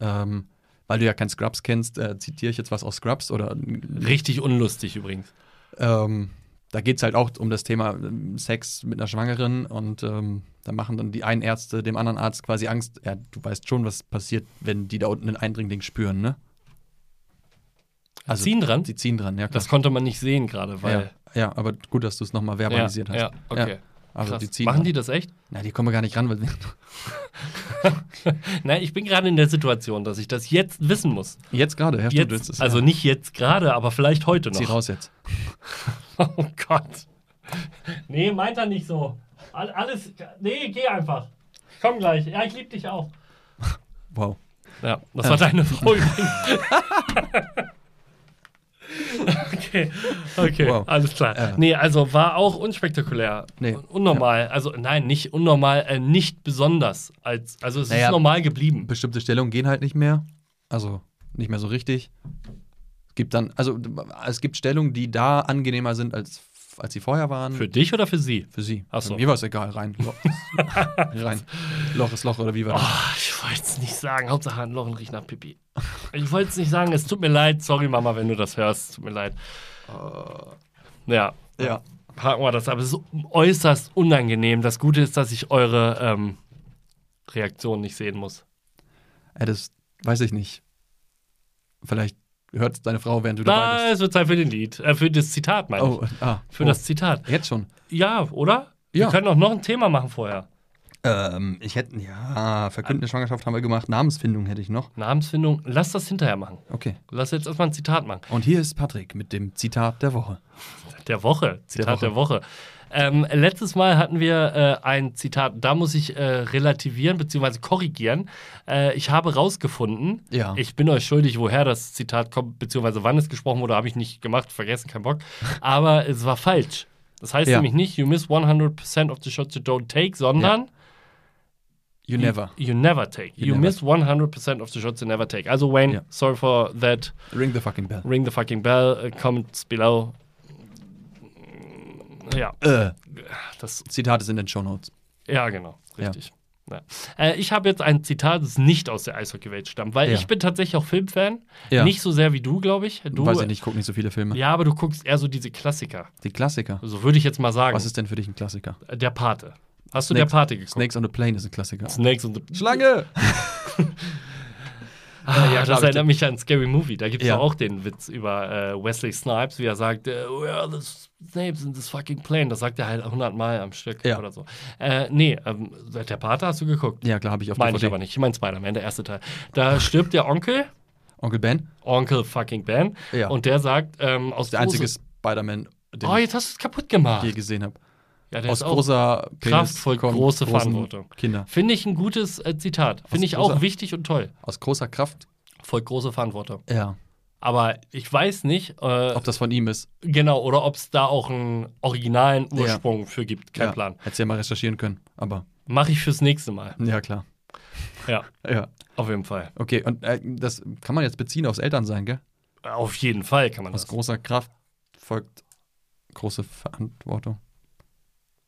ähm, weil du ja kein Scrubs kennst, äh, zitiere ich jetzt was aus Scrubs oder Richtig unlustig übrigens. ähm, da geht es halt auch um das Thema ähm, Sex mit einer Schwangeren und ähm, da machen dann die einen Ärzte dem anderen Arzt quasi Angst. Ja, du weißt schon, was passiert, wenn die da unten den Eindringling spüren, ne? Also, Ziehen dran? Sie ziehen dran, ja klar. Das konnte man nicht sehen gerade, weil. ja, ja, aber gut, dass du es nochmal Ja, verbalisiert ja, hast. okay. Also Krass. die ziehen Machen dran. die das echt? Na, die kommen gar nicht ran, weil Nein, ich bin gerade in der Situation, dass ich das jetzt wissen muss. jetzt gerade, Herr Stütz, Jetzt, ist- also nicht jetzt gerade, aber vielleicht heute noch. zieh raus jetzt. Oh Gott. Nee, meint er nicht so. All- Alles. Nee, geh einfach. Komm gleich. Ja, ich lieb dich auch. Wow. Ja, das war deine Frau übrigens. okay, okay, Wow. alles klar. Ja. Nee, also war auch unspektakulär. Nee. Un- Unnormal. Also, nein, nicht unnormal, äh, nicht besonders. Als, also, es Naja. ist normal geblieben. bestimmte Stellungen gehen halt nicht mehr. Also nicht mehr so richtig. Es gibt dann, also es gibt Stellungen, die da angenehmer sind als als sie vorher waren. Für dich oder für sie? Für sie. Ach so. Mir war es egal. Rein. Loch. rein. Loch ist Loch oder wie war das? Ah, ich wollte es nicht sagen. Hauptsache ein Loch und riecht nach Pipi. Ich wollte es nicht sagen. Es tut mir leid. Sorry, Mama, wenn du das hörst. Es Tut mir leid. Äh. Ja, Ja. haken wir das ab. Es ist äußerst unangenehm. Das Gute ist, dass ich eure ähm, Reaktion nicht sehen muss. Äh, das weiß ich nicht. Vielleicht hört deine Frau, während du Na, dabei bist. es wird Zeit für den Lied. Äh, für das Zitat, meine Oh, ah, ich. Für oh. das Zitat. Jetzt schon. Ja, oder? Ja. Wir können auch noch ein Thema machen vorher. Ähm, ich hätte, ja, verkündende Schwangerschaft haben wir gemacht, Namensfindung hätte ich noch. Namensfindung, lass das hinterher machen. Okay. Lass jetzt erstmal ein Zitat machen. Und hier ist Patrick mit dem Zitat der Woche. Der Woche. Zitat Der der Woche. Ähm, letztes Mal hatten wir äh, ein Zitat, da muss ich äh, relativieren bzw. korrigieren. Äh, ich habe rausgefunden, Ja. ich bin euch schuldig, woher das Zitat kommt, beziehungsweise wann es gesprochen wurde, habe ich nicht gemacht, vergessen, kein Bock. Aber es war falsch. Das heißt Ja. nämlich nicht, you miss 100% of the shots you don't take, sondern You never. you, you never take. You, never miss 100% of the shots you never take. Also Wayne, Ja. sorry for that. Ring the fucking bell. Ring the fucking bell, äh, comments below. Ja, Äh, das, Zitat ist in den Shownotes. ja genau, Ja. richtig. Ja. Äh, ich habe jetzt ein Zitat, das nicht aus der Eishockey-Welt stammt, weil Ja. ich bin tatsächlich auch Filmfan. Ja. Nicht so sehr wie du, glaube ich. Du, äh, Weiß ich nicht, guck nicht so viele Filme. Ja, Also, aber du guckst eher so diese Klassiker. Die Klassiker. So würde ich jetzt mal sagen. Was ist denn für dich ein Klassiker? Äh, der Pate. Hast du Snakes- der Pate geguckt? Snakes on a Plane ist ein Klassiker. Snakes und the Schlange! Ah, ja, ja, glaub das ich, erinnert die- mich an Scary Movie. Da gibt es Ja. ja. auch den Witz über äh, Wesley Snipes, wie er sagt, äh, where are the snakes in this fucking plane? Das sagt er halt 100 Mal am Stück Ja. oder so. Äh, nee, ähm, der Pate hast du geguckt. Ja, klar, habe ich auf Meine ich DVD. aber nicht. Ich meine Spider-Man, der erste Teil. Da stirbt der Onkel, Onkel Ben, Onkel fucking Ben, Ja. und der sagt, ähm, aus der einzige große- Spider-Man, den Oh, ich jetzt hast du es kaputt gemacht. je gesehen habe. Ja, der Aus ist auch- großer Penis kraftvoll kommen große großen Verantwortung. Kinder. Finde ich ein gutes äh, Zitat. Finde ich großer- auch wichtig und toll. Aus großer Kraft. Voll große Verantwortung. Ja. Aber ich weiß nicht, äh, Ob das von ihm ist. Genau, oder ob es da auch einen originalen Ursprung für gibt. Kein ja. Plan. Hättest du ja mal recherchieren können. Aber, Mache ich fürs nächste Mal. ja, klar. Ja, Ja. auf jeden Fall. Okay, und äh, das kann man jetzt beziehen aufs Elternsein, gell? Auf jeden Fall kann man Aus das. großer Kraft folgt große Verantwortung.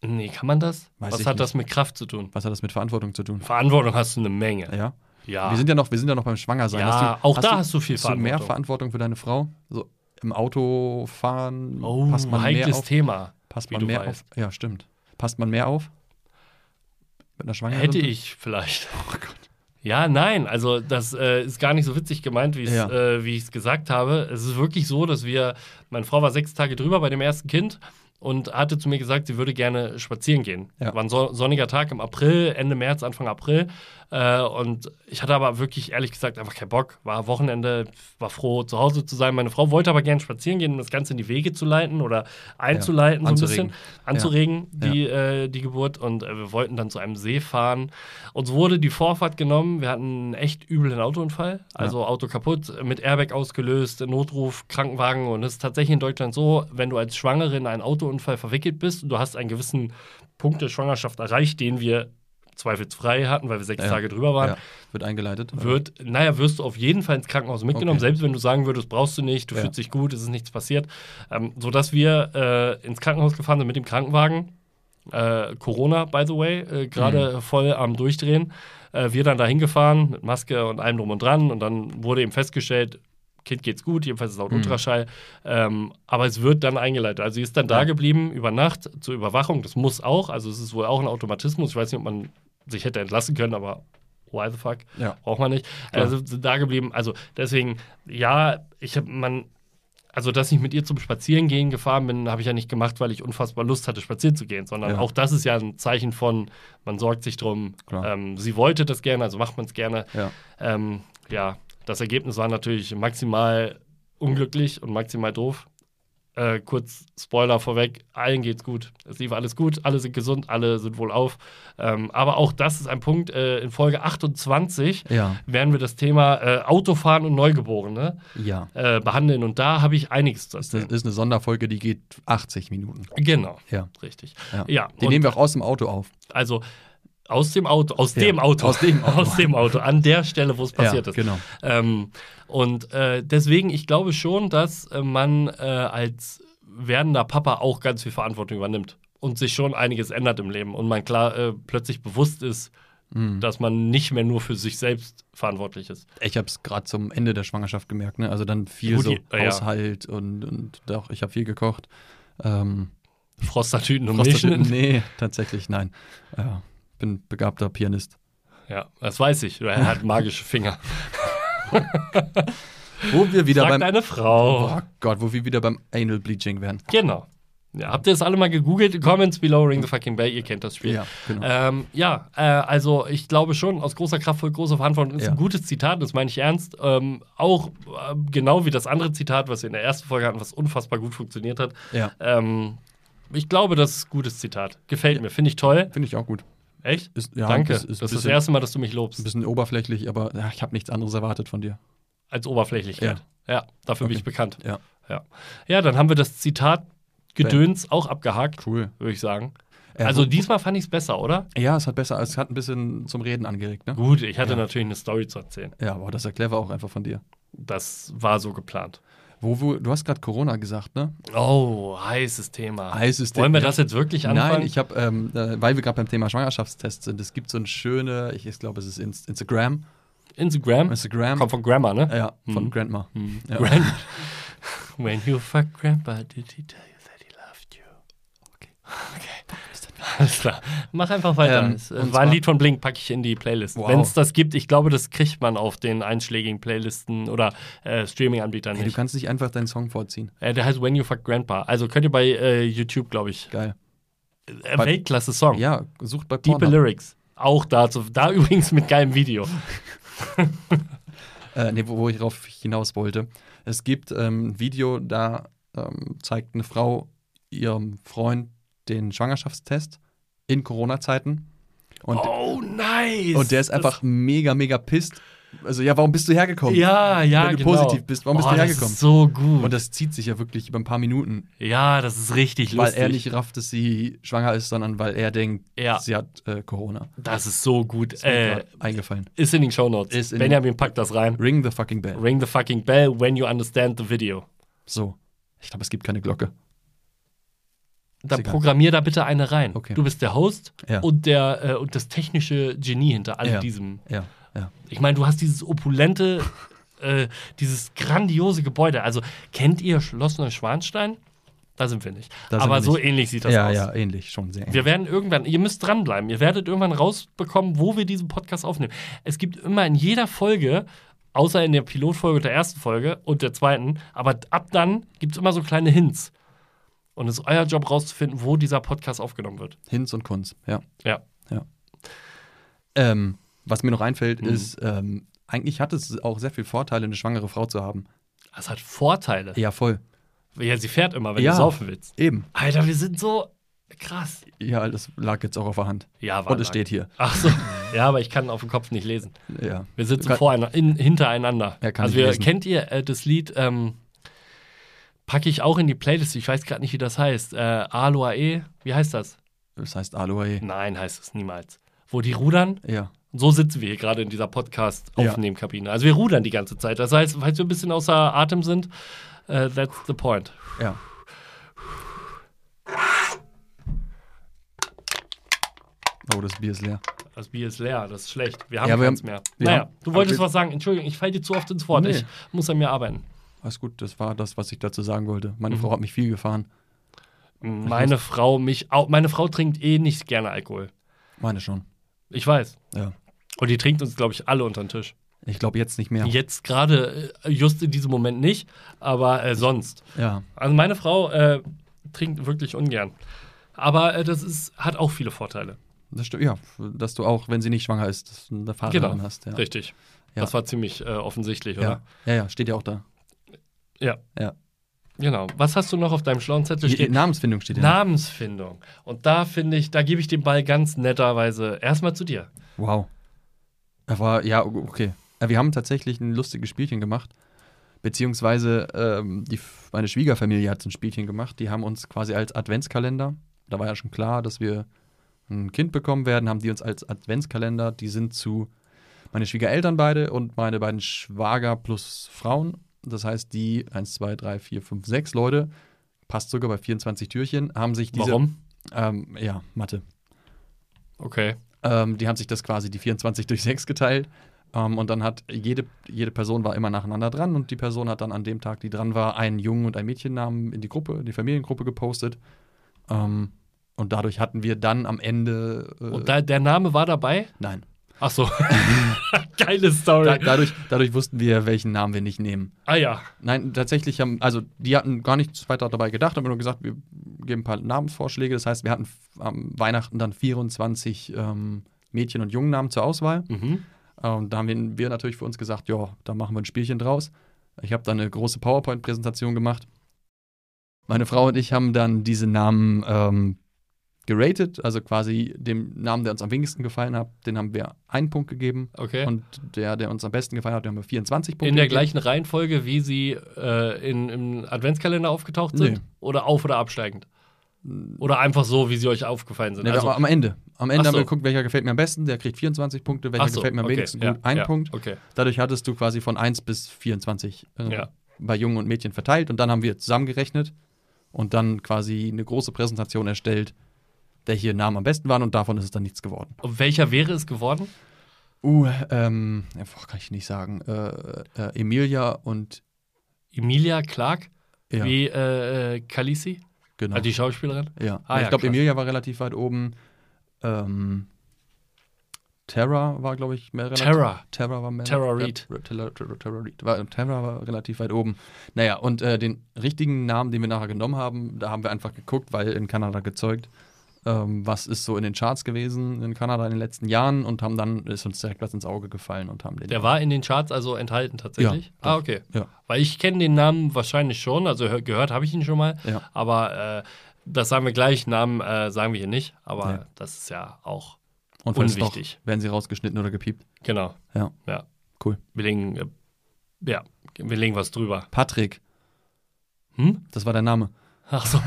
Nee, kann man das? Weiß Was ich hat nicht. das mit Kraft zu tun? Was hat das mit Verantwortung zu tun? Verantwortung hast du eine Menge. Ja. Ja. Wir sind ja noch, wir sind ja noch beim Schwangersein. Ah. Ja, hast du, auch hast da du, hast du viel hast du mehr Verantwortung. Verantwortung für deine Frau? So im Auto fahren oh, passt man mehr heikles auf. Thema. Passt wie man du mehr weißt. auf. Ja, stimmt. Passt man mehr auf? Mit einer Schwangeren? Oh Hätte ich vielleicht. Ja, nein, also das äh, ist gar nicht so witzig gemeint, wie Ja. äh, wie ich es gesagt habe. Es ist wirklich so, dass wir, meine Frau war sechs Tage drüber bei dem ersten Kind und hatte zu mir gesagt, sie würde gerne spazieren gehen. Ja. War ein so sonniger Tag im April, Ende März, Anfang April. Äh, und ich hatte aber wirklich, ehrlich gesagt, einfach keinen Bock. War Wochenende, war froh, zu Hause zu sein. Meine Frau wollte aber gerne spazieren gehen, um das Ganze in die Wege zu leiten oder einzuleiten, so ein Anzuregen. bisschen anzuregen, die, äh, die Geburt. Und äh, wir wollten dann zu einem See fahren. Uns wurde die Vorfahrt genommen. Wir hatten einen echt üblen Autounfall. Also Auto kaputt, mit Airbag ausgelöst, Notruf, Krankenwagen. Und es ist tatsächlich in Deutschland so, wenn du als Schwangere in einen Autounfall verwickelt bist und du hast einen gewissen Punkt der Schwangerschaft erreicht, den wir zweifelsfrei hatten, weil wir sechs Ja. Tage drüber waren, ja, wird eingeleitet. wird, naja, wirst du auf jeden Fall ins Krankenhaus mitgenommen, Okay. selbst wenn du sagen würdest, brauchst du nicht, du Ja. fühlst dich gut, es ist nichts passiert. Ähm, sodass wir äh, ins Krankenhaus gefahren sind mit dem Krankenwagen. Äh, Corona, by the way, äh, Mhm. gerade voll am Durchdrehen. Äh, wir dann dahin gefahren mit Maske und allem drum und dran und dann wurde eben festgestellt, Kind geht's gut, jedenfalls ist es laut Mhm. Ultraschall. Ähm, aber es wird dann eingeleitet. Also sie ist dann da Ja. geblieben über Nacht zur Überwachung. Das muss auch. Also es ist wohl auch ein Automatismus. Ich weiß nicht, ob man sich hätte entlassen können, aber why the fuck? Ja. Braucht man nicht. Klar. Also sind da geblieben. Also deswegen, ja, ich habe man. Also, dass ich mit ihr zum Spazierengehen gefahren bin, habe ich ja nicht gemacht, weil ich unfassbar Lust hatte, spazieren zu gehen, sondern Ja. auch das ist ja ein Zeichen von, man sorgt sich drum. Klar. Ähm, sie wollte das gerne, also macht man es gerne. Ja. Ähm, ja, das Ergebnis war natürlich maximal unglücklich und maximal doof. Äh, kurz Spoiler vorweg, allen geht's gut. Es lief alles gut, alle sind gesund, alle sind wohlauf. Ähm, aber auch das ist ein Punkt, äh, in Folge 28 Ja. werden wir das Thema äh, Autofahren und Neugeborene Ja. äh, behandeln und da habe ich einiges zu Das erzählen. ist eine Sonderfolge, die geht 80 Minuten. Genau, Ja. richtig. Ja. Ja, Die und- nehmen wir auch aus dem Auto auf. Also aus dem Auto, aus Ja, dem Auto, aus dem Auto. aus dem Auto, an der Stelle, wo es passiert ja, ist. Genau. Ähm, und äh, deswegen, ich glaube schon, dass äh, man äh, als werdender Papa auch ganz viel Verantwortung übernimmt und sich schon einiges ändert im Leben und man klar äh, plötzlich bewusst ist, Mhm. dass man nicht mehr nur für sich selbst verantwortlich ist. Ich habe es gerade zum Ende der Schwangerschaft gemerkt, ne? Also dann viel Gut, so die- ah, ja. Haushalt und, und doch, ich habe viel gekocht. Ähm, Frostatüten und Prostituierte- Milch. Nee, tatsächlich nein. Ja, bin begabter Pianist. Ja, das weiß ich. Er hat magische Finger. Wo wir wieder Fragt beim eine Frau. Oh Gott, wo wir wieder beim Anal Bleaching werden. Genau. Ja, habt ihr das alle mal gegoogelt? Comments below, ring the fucking bell. Ihr kennt das Spiel. Ja, genau. Ähm, ja, äh, also ich glaube schon, aus großer Kraft folgt große Verantwortung ist Ja. ein gutes Zitat, das meine ich ernst. Ähm, auch äh, genau wie das andere Zitat, was wir in der ersten Folge hatten, was unfassbar gut funktioniert hat. ja, Ähm, ich glaube, das ist ein gutes Zitat. Gefällt mir, finde ich toll. finde ich auch gut. Echt? Ist, ja, Danke. Ist, ist das bisschen, ist das erste Mal, dass du mich ein lobst. bisschen oberflächlich, aber ja, ich habe nichts anderes erwartet von dir. Als Oberflächlichkeit. Ja, dafür bin Okay. ich bekannt. Ja. Ja, ja dann haben wir das Zitat Gedöns auch abgehakt, Cool. würde ich sagen. Äh, also wo- diesmal fand ich es besser, oder? ja, es hat besser, es hat ein bisschen zum Reden angeregt, ne? Gut, ich hatte Ja. natürlich eine Story zu erzählen. Ja, aber das ist ja clever auch einfach von dir. Das war so geplant. Wo, wo, du hast gerade Corona gesagt, ne? Oh, heißes Thema. Heißes Wollen wir Thema. das jetzt wirklich anfangen? Nein, ich habe, ähm, äh, weil wir gerade beim Thema Schwangerschaftstest sind, es gibt so ein schöne, ich glaube, es ist Inst Instagram. Instagram. Instagram. Kommt von Grammar, ne? Ja, von Mhm. Grandma. Mhm. Ja. Gran- When you fuck Grandpa, did he tell you that he loved you? Okay. Okay. Alles klar. Mach einfach weiter. Ähm, es und äh, war ein zwar- Lied von Blink, packe ich in die Playlist. Wow. Wenn es das gibt, ich glaube, das kriegt man auf den einschlägigen Playlisten oder äh, Streaming-Anbietern Hey, du nicht. kannst nicht einfach deinen Song vorziehen. Äh, der heißt When You Fuck Grandpa. Also könnt ihr bei äh, YouTube, glaube ich. Geil. Äh, Bei- Weltklasse-Song. Ja, sucht bei Deepe Pornhub. Lyrics. Auch dazu. Da übrigens mit geilem Video. Äh, nee, wo, wo ich darauf hinaus wollte. Es gibt ähm, ein Video, da ähm, zeigt eine Frau ihrem Freund den Schwangerschaftstest in Corona-Zeiten. Und, oh, nice. und der ist Das- einfach mega, mega pisst. Also, ja, warum bist du hergekommen? Ja, ja, Wenn du genau. positiv bist, warum bist oh, du Das hergekommen? ist so gut. Und das zieht sich ja wirklich über ein paar Minuten, ja, das ist richtig lustig. weil er nicht rafft, dass sie schwanger ist, sondern weil er denkt, Ja. sie hat äh, Corona. das ist so gut. Ist mir äh, grad eingefallen. ist in den Shownotes. Ist in- Benjamin packt das rein. Ring the fucking bell. Ring the fucking bell when you understand the video. So. Ich glaube, es gibt keine Glocke. Dann egal. programmier da bitte eine rein. Okay. Du bist der Host Ja. und, der, äh, und das technische Genie hinter all Ja. diesem. Ja, ja. Ich meine, du hast dieses opulente, äh, dieses grandiose Gebäude. Also, kennt ihr Schloss Neuschwanstein? Da sind wir nicht. Da sind Aber wir so nicht. ähnlich sieht das ja, aus. ja, ähnlich, schon sehr ähnlich. Wir werden irgendwann, ihr müsst dranbleiben, ihr werdet irgendwann rausbekommen, wo wir diesen Podcast aufnehmen. Es gibt immer in jeder Folge, außer in der Pilotfolge und der ersten Folge und der zweiten, aber ab dann gibt es immer so kleine Hints. Und es ist euer Job rauszufinden, wo dieser Podcast aufgenommen wird. Hinz und Kunz, ja. Ja. Ähm, was mir noch einfällt, ist, ähm, eigentlich hat es auch sehr viel Vorteile, eine schwangere Frau zu haben. Das hat Vorteile. Ja, voll. Ja, sie fährt immer, wenn Ja. du saufen willst. Eben. Alter, wir sind so krass. Ja, das lag jetzt auch auf der Hand. Ja, Und es steht hier. Ach so. Ja, aber ich kann auf dem Kopf nicht lesen. Ja. Wir sitzen Kann- voreinander, in, hintereinander. Ja, kann also ich wir, lesen. kennt ihr äh, das Lied, ähm, packe ich auch in die Playlist, ich weiß gerade nicht, wie das heißt. Äh, Aloe, wie heißt das? Das heißt Aloe. Nein, heißt es niemals. Wo die rudern, Ja. so sitzen wir hier gerade in dieser Ja. Podcast-Aufnehmkabine. Also wir rudern die ganze Zeit. Das heißt, falls wir ein bisschen außer Atem sind, äh, that's the point. Ja. Oh, das Bier ist leer. Das Bier ist leer, das ist schlecht. Wir haben Ja, wir keins haben- mehr. wir naja, haben- du aber wolltest wir- was sagen. Entschuldigung, ich falle dir zu oft ins Wort. Nee. Ich muss an mir arbeiten. Alles gut, das war das, was ich dazu sagen wollte. Meine Frau hat mich viel gefahren. Mhm. Meine Frau, mich auch, meine Frau trinkt eh nicht gerne Alkohol. Meine schon. Ich weiß. Ja. Und die trinkt uns, glaube ich, alle unter den Tisch. Ich glaube jetzt nicht mehr. Jetzt gerade, äh, just in diesem Moment nicht, aber äh, sonst. Ja. Also meine Frau äh, trinkt wirklich ungern. Aber äh, das ist, hat auch viele Vorteile. Das stimmt, ja. Dass du auch, wenn sie nicht schwanger ist, dass du eine Fahrerin Genau. Ah, hast. Ja. Richtig. Ja. Das war ziemlich äh, offensichtlich, Ja. oder? ja, ja, steht ja auch da. Ja. Ja. Genau. Was hast du noch auf deinem schlauen Zettel Die, die stehen? Namensfindung steht ja. Namensfindung. Und da finde ich, da gebe ich den Ball ganz netterweise erstmal zu dir. Wow. Er war, ja, okay. Ja, Wir haben tatsächlich ein lustiges Spielchen gemacht. Beziehungsweise ähm, die, meine Schwiegerfamilie hat so ein Spielchen gemacht. Die haben uns quasi als Adventskalender, da war ja schon klar, dass wir ein Kind bekommen werden, haben die uns als Adventskalender, die sind zu meine Schwiegereltern beide und meine beiden Schwager plus Frauen. Das heißt, die 1, 2, 3, 4, 5, 6 Leute passt sogar bei 24 Türchen, haben sich diese. Warum? Ähm, ja, Mathe. Okay. Ähm, die haben sich das quasi die 24 durch 6 geteilt. Ähm, und dann hat jede, jede Person war immer nacheinander dran und die Person hat dann an dem Tag, die dran war, einen Jungen und einen Mädchennamen in die Gruppe, in die Familiengruppe gepostet. Ähm, und dadurch hatten wir dann am Ende. äh, Und da, der Name war dabei? nein. Ach so. Geile Story. Da, dadurch, dadurch wussten wir, welchen Namen wir nicht nehmen. ah ja. Nein, tatsächlich haben, also die hatten gar nichts weiter dabei gedacht, haben nur gesagt, wir geben ein paar Namensvorschläge. Das heißt, wir hatten f- am Weihnachten dann 24 ähm, Mädchen- und Jungennamen zur Auswahl. Mhm. Ähm, da haben wir, wir natürlich für uns gesagt, ja, da machen wir ein Spielchen draus. Ich habe dann eine große PowerPoint-Präsentation gemacht. Meine Frau und ich haben dann diese Namen ähm, geratet, also quasi dem Namen, der uns am wenigsten gefallen hat, den haben wir einen Punkt gegeben. Okay. Und der, der uns am besten gefallen hat, den haben wir 24 Punkte in der gegeben. gleichen Reihenfolge, wie sie äh, in, im Adventskalender aufgetaucht sind? Nee. Oder auf- oder absteigend? Oder einfach so, wie sie euch aufgefallen sind? Nee, also, aber am Ende. Am Ende Ach haben wir so. geguckt, welcher gefällt mir am besten, der kriegt 24 Punkte, welcher ach so, gefällt mir am okay, wenigsten ja, gut, ein ja, Punkt. Okay. Dadurch hattest du quasi von 1 bis 24 äh, Ja. bei Jungen und Mädchen verteilt und dann haben wir zusammengerechnet und dann quasi eine große Präsentation erstellt, welche Namen am besten waren und davon ist es dann nichts geworden. Und welcher wäre es geworden? Uh, ähm, ja, boah, kann ich nicht sagen. Äh, äh, Emilia und Emilia Clark? ja, Wie äh, äh, Khaleesi? genau. Also die Schauspielerin? ja. Ah, ich ja, glaube, krass. Emilia war relativ weit oben. Ähm, Terra war, glaube ich, mehr relativ Terra. Terra war mehr. Tara Reid. Äh, Terra, Terra, Terra Reid. War, Terra war relativ weit oben. Naja, und äh, den richtigen Namen, den wir nachher genommen haben, da haben wir einfach geguckt, weil in Kanada gezeugt, ähm, was ist so in den Charts gewesen in Kanada in den letzten Jahren und haben dann, ist uns direkt was ins Auge gefallen und haben den. Der war in den Charts also enthalten tatsächlich? Ja, doch. ah, okay. Ja. Weil ich kenne den Namen wahrscheinlich schon, also hör, gehört habe ich ihn schon mal, Ja. aber äh, das sagen wir gleich, Namen äh, sagen wir hier nicht, aber Nee. das ist ja auch, und falls doch, unwichtig. werden sie rausgeschnitten oder gepiept. genau, Ja, ja. cool. Wir legen, äh, ja, wir legen was drüber. Patrick, Hm? das war der Name. Ach so,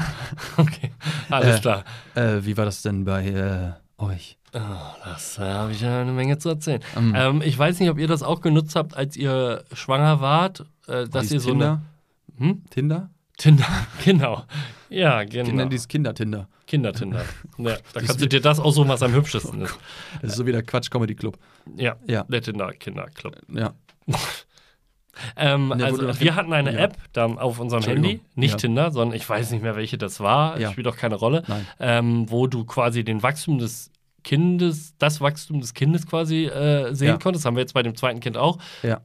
okay, alles Äh. klar. Äh, wie war das denn bei äh, euch? Das äh, habe ich ja eine Menge zu erzählen. Ähm, Ähm, ich weiß nicht, ob ihr das auch genutzt habt, als ihr schwanger wart, äh, dass dieses ihr so Tinder? eine... Hm? Tinder? Tinder, genau. Ja, Die genau. nennen dieses Kinder-Tinder. Kindertinder. Ja, da kannst du dir das aussuchen, was am hübschesten ist. Das ist so wie der Quatsch-Comedy-Club. Ja, Ja. der Tinder-Kinderclub. Ja. Ähm, Der wurde also, nach wir hinten- hatten eine Ja. App dann auf unserem Entschuldigung. Handy, nicht Ja. Tinder, sondern ich weiß nicht mehr, welche das war, Ja. spielt auch keine Rolle, Nein. ähm, wo du quasi den Wachstum des Kindes, das Wachstum des Kindes quasi äh, sehen Ja. konntest. Haben wir jetzt bei dem zweiten Kind auch. Ja.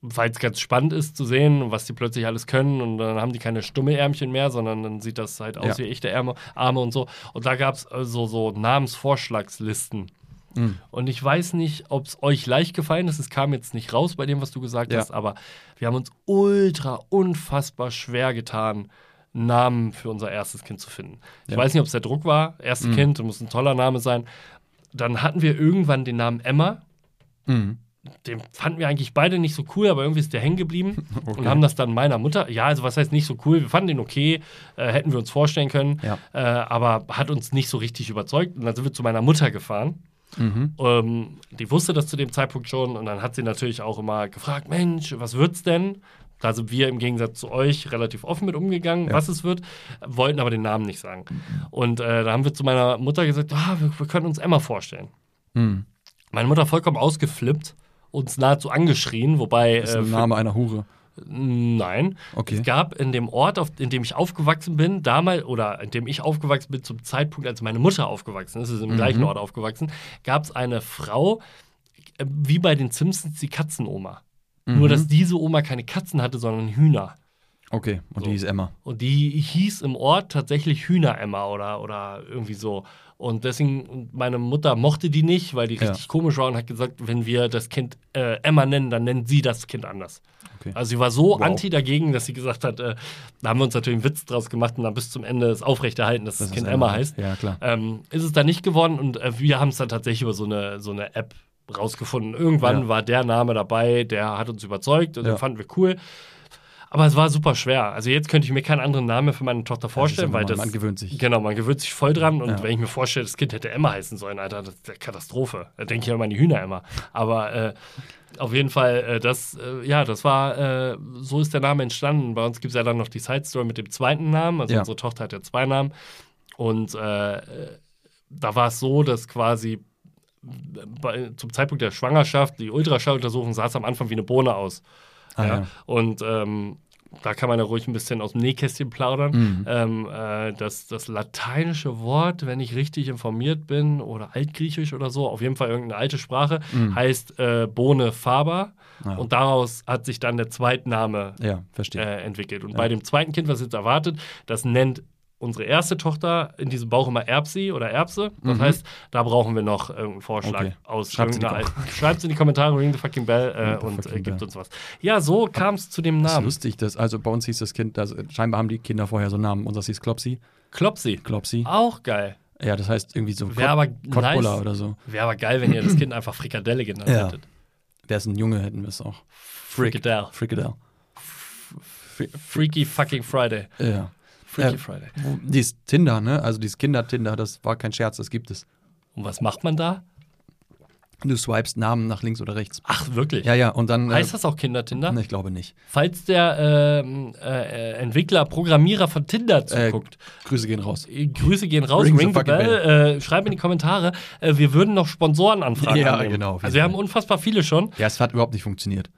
Weil es ganz spannend ist zu sehen, was die plötzlich alles können. Und dann haben die keine stumme Ärmchen mehr, sondern dann sieht das halt aus Ja. wie echte Ärme, Arme und so. Und da gab es also so Namensvorschlagslisten. Mhm. Und ich weiß nicht, ob es euch leicht gefallen ist. Es kam jetzt nicht raus bei dem, was du gesagt Ja. hast, aber wir haben uns ultra unfassbar schwer getan, Namen für unser erstes Kind zu finden. Ich Ja. weiß nicht, ob es der Druck war. Erstes Mhm. Kind, muss ein toller Name sein. Dann hatten wir irgendwann den Namen Emma. Mhm. Den fanden wir eigentlich beide nicht so cool, aber irgendwie ist der hängen geblieben Okay. und haben das dann meiner Mutter. Ja, also was heißt nicht so cool? Wir fanden den okay, äh, hätten wir uns vorstellen können, Ja. äh, aber hat uns nicht so richtig überzeugt. Und dann sind wir zu meiner Mutter gefahren. Mhm. Ähm, die wusste das zu dem Zeitpunkt schon und dann hat sie natürlich auch immer gefragt: Mensch, was wird's denn? Da sind wir im Gegensatz zu euch relativ offen mit umgegangen, Ja. was es wird, wollten aber den Namen nicht sagen. Und äh, da haben wir zu meiner Mutter gesagt: ah, wir, wir können uns Emma vorstellen. Mhm. Meine Mutter vollkommen ausgeflippt, uns nahezu angeschrien, wobei. Das ist äh, ein für- Name einer Hure. Nein. Okay. Es gab in dem Ort, auf, in dem ich aufgewachsen bin, damals, oder in dem ich aufgewachsen bin, zum Zeitpunkt, als meine Mutter aufgewachsen ist, ist im Mhm. gleichen Ort aufgewachsen, gab es eine Frau, äh, wie bei den Simpsons, die Katzenoma. Nur, Mhm. dass diese Oma keine Katzen hatte, sondern Hühner. Okay, und So. die ist Emma. Und die hieß im Ort tatsächlich Hühner-Emma oder, oder irgendwie so. Und deswegen, und meine Mutter mochte die nicht, weil die Ja. richtig komisch war und hat gesagt, wenn wir das Kind äh, Emma nennen, dann nennen sie das Kind anders. Okay. Also sie war so Wow. anti dagegen, dass sie gesagt hat, äh, da haben wir uns natürlich einen Witz draus gemacht und dann bis zum Ende ist aufrechterhalten, dass das, ist ne? Kind Emma heißt. Ja, klar. Ähm, ist es dann nicht geworden und äh, wir haben es dann tatsächlich über so eine, so eine App rausgefunden. Irgendwann Ja. war der Name dabei, der hat uns überzeugt und Ja. den fanden wir cool. Aber es war super schwer. Also jetzt könnte ich mir keinen anderen Namen für meine Tochter vorstellen, ja weil man, das. man gewöhnt sich. Genau, man gewöhnt sich voll dran. Und Ja. wenn ich mir vorstelle, das Kind hätte Emma heißen sollen, Alter, das ist ja Katastrophe. Da denke ich ja immer an die Hühner Emma. Aber äh, auf jeden Fall, äh, das, äh, ja, das war, äh, so ist der Name entstanden. Bei uns gibt es ja dann noch die Side Story mit dem zweiten Namen. Also Ja. unsere Tochter hat ja zwei Namen. Und äh, äh, da war es so, dass quasi bei, zum Zeitpunkt der Schwangerschaft, die Ultraschalluntersuchung sah es am Anfang wie eine Bohne aus. Ah, ja. ja. Und ähm, da kann man ja ruhig ein bisschen aus dem Nähkästchen plaudern. Mhm. Ähm, äh, das, das lateinische Wort, wenn ich richtig informiert bin, oder altgriechisch oder so, auf jeden Fall irgendeine alte Sprache, Mhm. Ah. heißt äh, Bohne Faber. Ja. Und daraus hat sich dann der Zweitname ja, verstehe. äh, entwickelt. Und bei dem zweiten Kind, was jetzt erwartet, das nennt unsere erste Tochter in diesem Bauch immer Erbsi oder Erbse. Das Mhm. heißt, da brauchen wir noch irgendeinen Vorschlag Okay. aus. Schreibt's in die irgendeiner Al- Schreibt's in die Kommentare, ring the fucking bell äh, Ring the und äh, fucking gibt bell. uns was. Ja, so kam es zu dem Das ist Namen. lustig, dass, also bei uns hieß das Kind, also scheinbar haben die Kinder vorher so einen Namen. Unseres hieß Klopsi. Klopsi. Klopsi. Auch geil. Ja, das heißt irgendwie so Wäre Ah. aber Kottbuller nice. oder so. Wäre aber geil, wenn ihr das Kind einfach Frikadelle genannt Ja. hättet. Wäre es ein Junge, hätten wir es auch. Frikadelle. Frikadell. Freaky fucking Friday. Ähm, Ja. Freaky Äh, Friday. Wo- Dieses Tinder, ne? Also dieses Kinder-Tinder, das war kein Scherz, das gibt es. Und was macht man da? Du swipest Namen nach links oder rechts. Ach, wirklich? Ja, äh, ja, und dann. Heißt das auch Kinder-Tinder? Ne, ich glaube nicht. Falls der ähm, äh, äh, Entwickler, Programmierer von Tinder Äh, zuguckt, Grüße gehen raus. äh, Grüße gehen raus, Ring ring, the the fucking bell, Äh, schreib in die Kommentare. Äh, wir würden noch Sponsoren anfragen. Ja, annehmen. genau, auf jeden Also wir Fall. haben unfassbar viele schon, Ja, es hat überhaupt nicht funktioniert.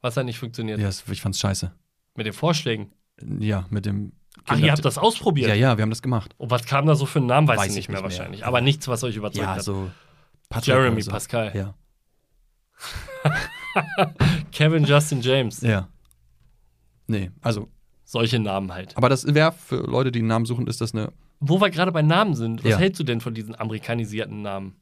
was hat nicht funktioniert. Ja, es, ich fand's scheiße. Mit den Vorschlägen. Ja, mit dem. Ach, ihr habt das ausprobiert. Ja, ja, wir haben das gemacht. Und was kam da so für einen Namen, weiß, Weiß ich ich nicht mehr nicht mehr. wahrscheinlich. Aber nichts, was euch überzeugt Ja, hat. so. Patrick Jeremy oder so. Pascal, Ja. Kevin Justin James. Ja. Nee, also, Solche Namen halt. aber das wäre für Leute, die einen Namen suchen, ist das eine. Wo wir gerade bei Namen sind, was Ja. hältst du denn von diesen amerikanisierten Namen?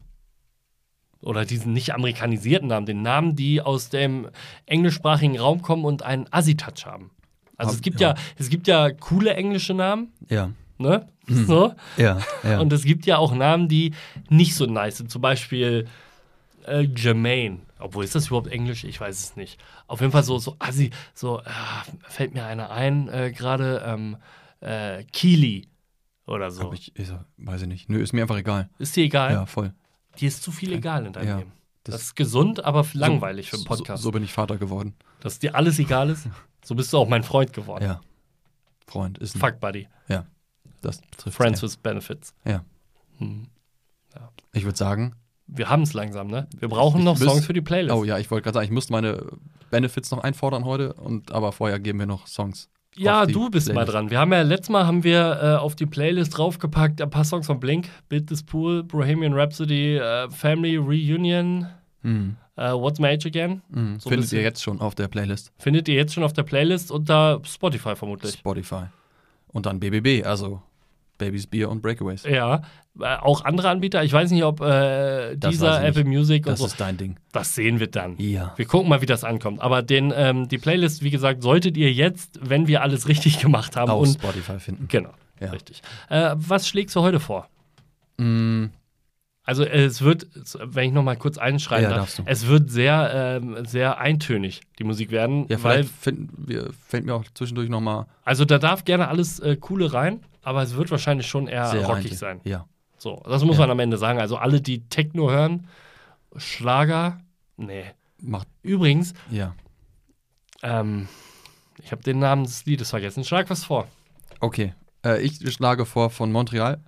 Oder diesen nicht amerikanisierten Namen, den Namen, die aus dem englischsprachigen Raum kommen und einen Assi-Touch haben. Also Ab- es gibt ja. ja. es gibt ja coole englische Namen, Ja. ne? So. Ja, Mhm. ja. Und es gibt ja auch Namen, die nicht so nice sind. Zum Beispiel äh, Jermaine. Obwohl, ist das überhaupt Englisch? Ich weiß es nicht. Auf jeden Fall so, so assi, so äh, fällt mir einer ein, äh, gerade ähm, äh, Keely oder so. Hab ich, ich, weiß ich nicht. Nö, ist mir einfach egal. Ist dir egal? Ja, voll. Dir ist zu viel egal in deinem Ja. Leben. Das, Das- ist gesund, aber langweilig für einen Podcast. So, so bin ich Vater geworden. Dass dir alles egal ist, so bist du auch mein Freund geworden. Ja. Freund ist ein. Fuck Buddy. Ja. Das trifft. Friends with Benefits. Ja. Hm. Ich würde sagen. Wir haben es langsam, ne? Wir brauchen Ich noch müsst- Songs für die Playlist. Oh ja, ich wollte gerade sagen, ich müsste meine Benefits noch einfordern heute, und, aber vorher geben wir noch Songs. Ja, auf die du bist mal Playlist. dran. Wir haben ja letztes Mal haben wir äh, auf die Playlist draufgepackt ein paar Songs von Blink, Bit This Pool, Bohemian Rhapsody, äh, Family Reunion, Mhm. äh, What's My Age Again. Mhm. So ein Findet bisschen. ihr jetzt schon auf der Playlist Findet ihr jetzt schon auf der Playlist unter Spotify vermutlich. Spotify. Und dann BBB, also Babys Bier und Breakaways. Ja, äh, auch andere Anbieter. Ich weiß nicht, ob äh, Das weiß dieser ich nicht. Apple Music und Das so. ist dein Ding. Das sehen wir dann. Ja. Wir gucken mal, wie das ankommt. Aber den, ähm, die Playlist, wie gesagt, solltet ihr jetzt, wenn wir alles richtig gemacht haben. Auf Und, Spotify finden. genau, Ja. richtig. Äh, was schlägst du heute vor? Mhm. Also äh, es wird, es- wenn ich noch mal kurz einschreiben Ja, darf, darfst du. es wird sehr, ähm, sehr eintönig die Musik werden, Ja, weil vielleicht finden wir, fällt mir auch zwischendurch nochmal also da darf gerne alles äh, coole rein, aber es wird wahrscheinlich schon eher sehr Ah, rockig eigentlich- sein. Ja. So, das muss Ja. man am Ende sagen. Also alle, die Techno hören, Schlager, nee. Macht, Übrigens, ja. ähm, ich habe den Namen des Liedes vergessen. Schlag was vor. Okay. Äh, ich schlage vor von Montreal,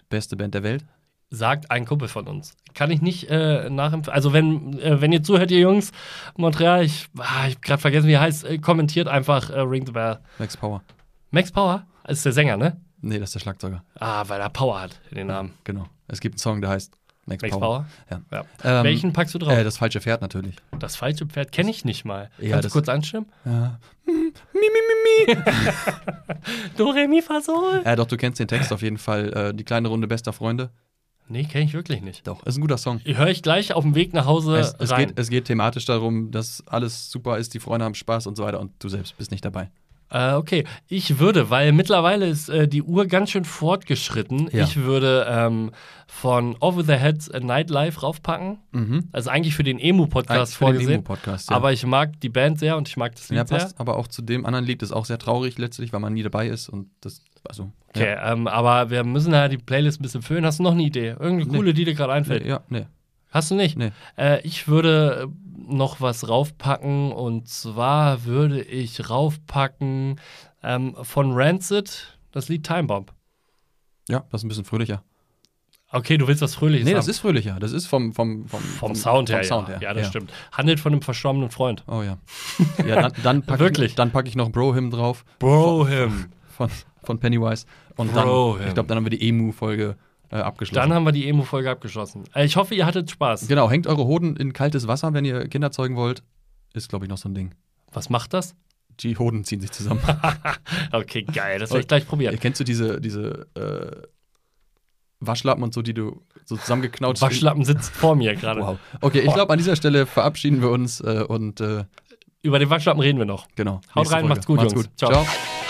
die beste Band der Welt. sagt ein Kumpel von uns. Kann ich nicht äh, nachempfehlen. Also wenn, äh, wenn ihr zuhört, ihr Jungs, Montreal, ich, ah, ich habe gerade vergessen, wie er heißt, äh, kommentiert einfach äh, Ring the Bell. Max Power. Max Power ist der Sänger, ne? Nee, das ist der Schlagzeuger. Ah, weil er Power hat in den Namen. Genau. Es gibt einen Song, der heißt Max, Max Power. Power? Ja. Ja. Ähm, Welchen packst du drauf? Äh, das falsche Pferd natürlich. das falsche Pferd kenne ich nicht mal. Ja, Kannst du das- kurz anstimmen? Ja. Do, re, mi, fa, sol. Äh, doch, du kennst den Text auf jeden Fall. Äh, die kleine Runde bester Freunde. Nee, kenne ich wirklich nicht. Doch, ist ein guter Song. Höre ich gleich auf dem Weg nach Hause Es, es, Äh, rein. geht, es geht thematisch darum, dass alles super ist, die Freunde haben Spaß und so weiter und du selbst bist nicht dabei. Äh, okay, ich würde, weil mittlerweile ist äh, die Uhr ganz schön fortgeschritten. Ja. Ich würde ähm, von Over the Heads äh, Nightlife raufpacken. Mhm. Also eigentlich für den Emu-Podcast Eigentlich für den vorgesehen. Emu-Podcast, ja. Aber ich mag die Band sehr und ich mag das Lied Ja, sehr. passt. Aber auch zu dem anderen Lied ist auch sehr traurig letztlich, weil man nie dabei ist und das, also. Okay, Ja. ähm, aber wir müssen ja die Playlist ein bisschen füllen. Hast du noch eine Idee? Irgendeine Nee. coole, die dir gerade einfällt? Nee, ja, nee. Hast du nicht? Nee. Äh, ich würde äh, noch was raufpacken und zwar würde ich raufpacken ähm, von Rancid das Lied Time Bomb. Ja, das ist ein bisschen fröhlicher. Okay, du willst was Fröhliches Nee, haben. das ist fröhlicher. Das ist vom, vom, vom, vom Sound her. vom Sound ja. her. ja, das stimmt. Handelt von einem verstorbenen Freund. Oh ja. ja dann, dann pack Wirklich? Ich, dann packe ich noch Bro Him drauf Bro him. von, von Pennywise. Und Bro dann, Him. ich glaube, dann haben wir die Emu-Folge äh, abgeschlossen. Dann haben wir die Emo-Folge abgeschlossen. Äh, ich hoffe, ihr hattet Spaß. genau, hängt eure Hoden in kaltes Wasser, wenn ihr Kinder zeugen wollt. Ist, glaube ich, noch so ein Ding. Was macht das? Die Hoden ziehen sich zusammen. Okay, geil. Das werde ich gleich probieren. Kennst du diese, diese äh, Waschlappen und so, die du so zusammengeknautscht Waschlappen sitzt vor mir gerade. Wow. Okay, ich glaube, an dieser Stelle verabschieden wir uns äh, und äh, Über den Waschlappen reden wir noch. genau. Haut nächste rein, macht's gut, macht's Jungs. gut. Ciao. Ciao.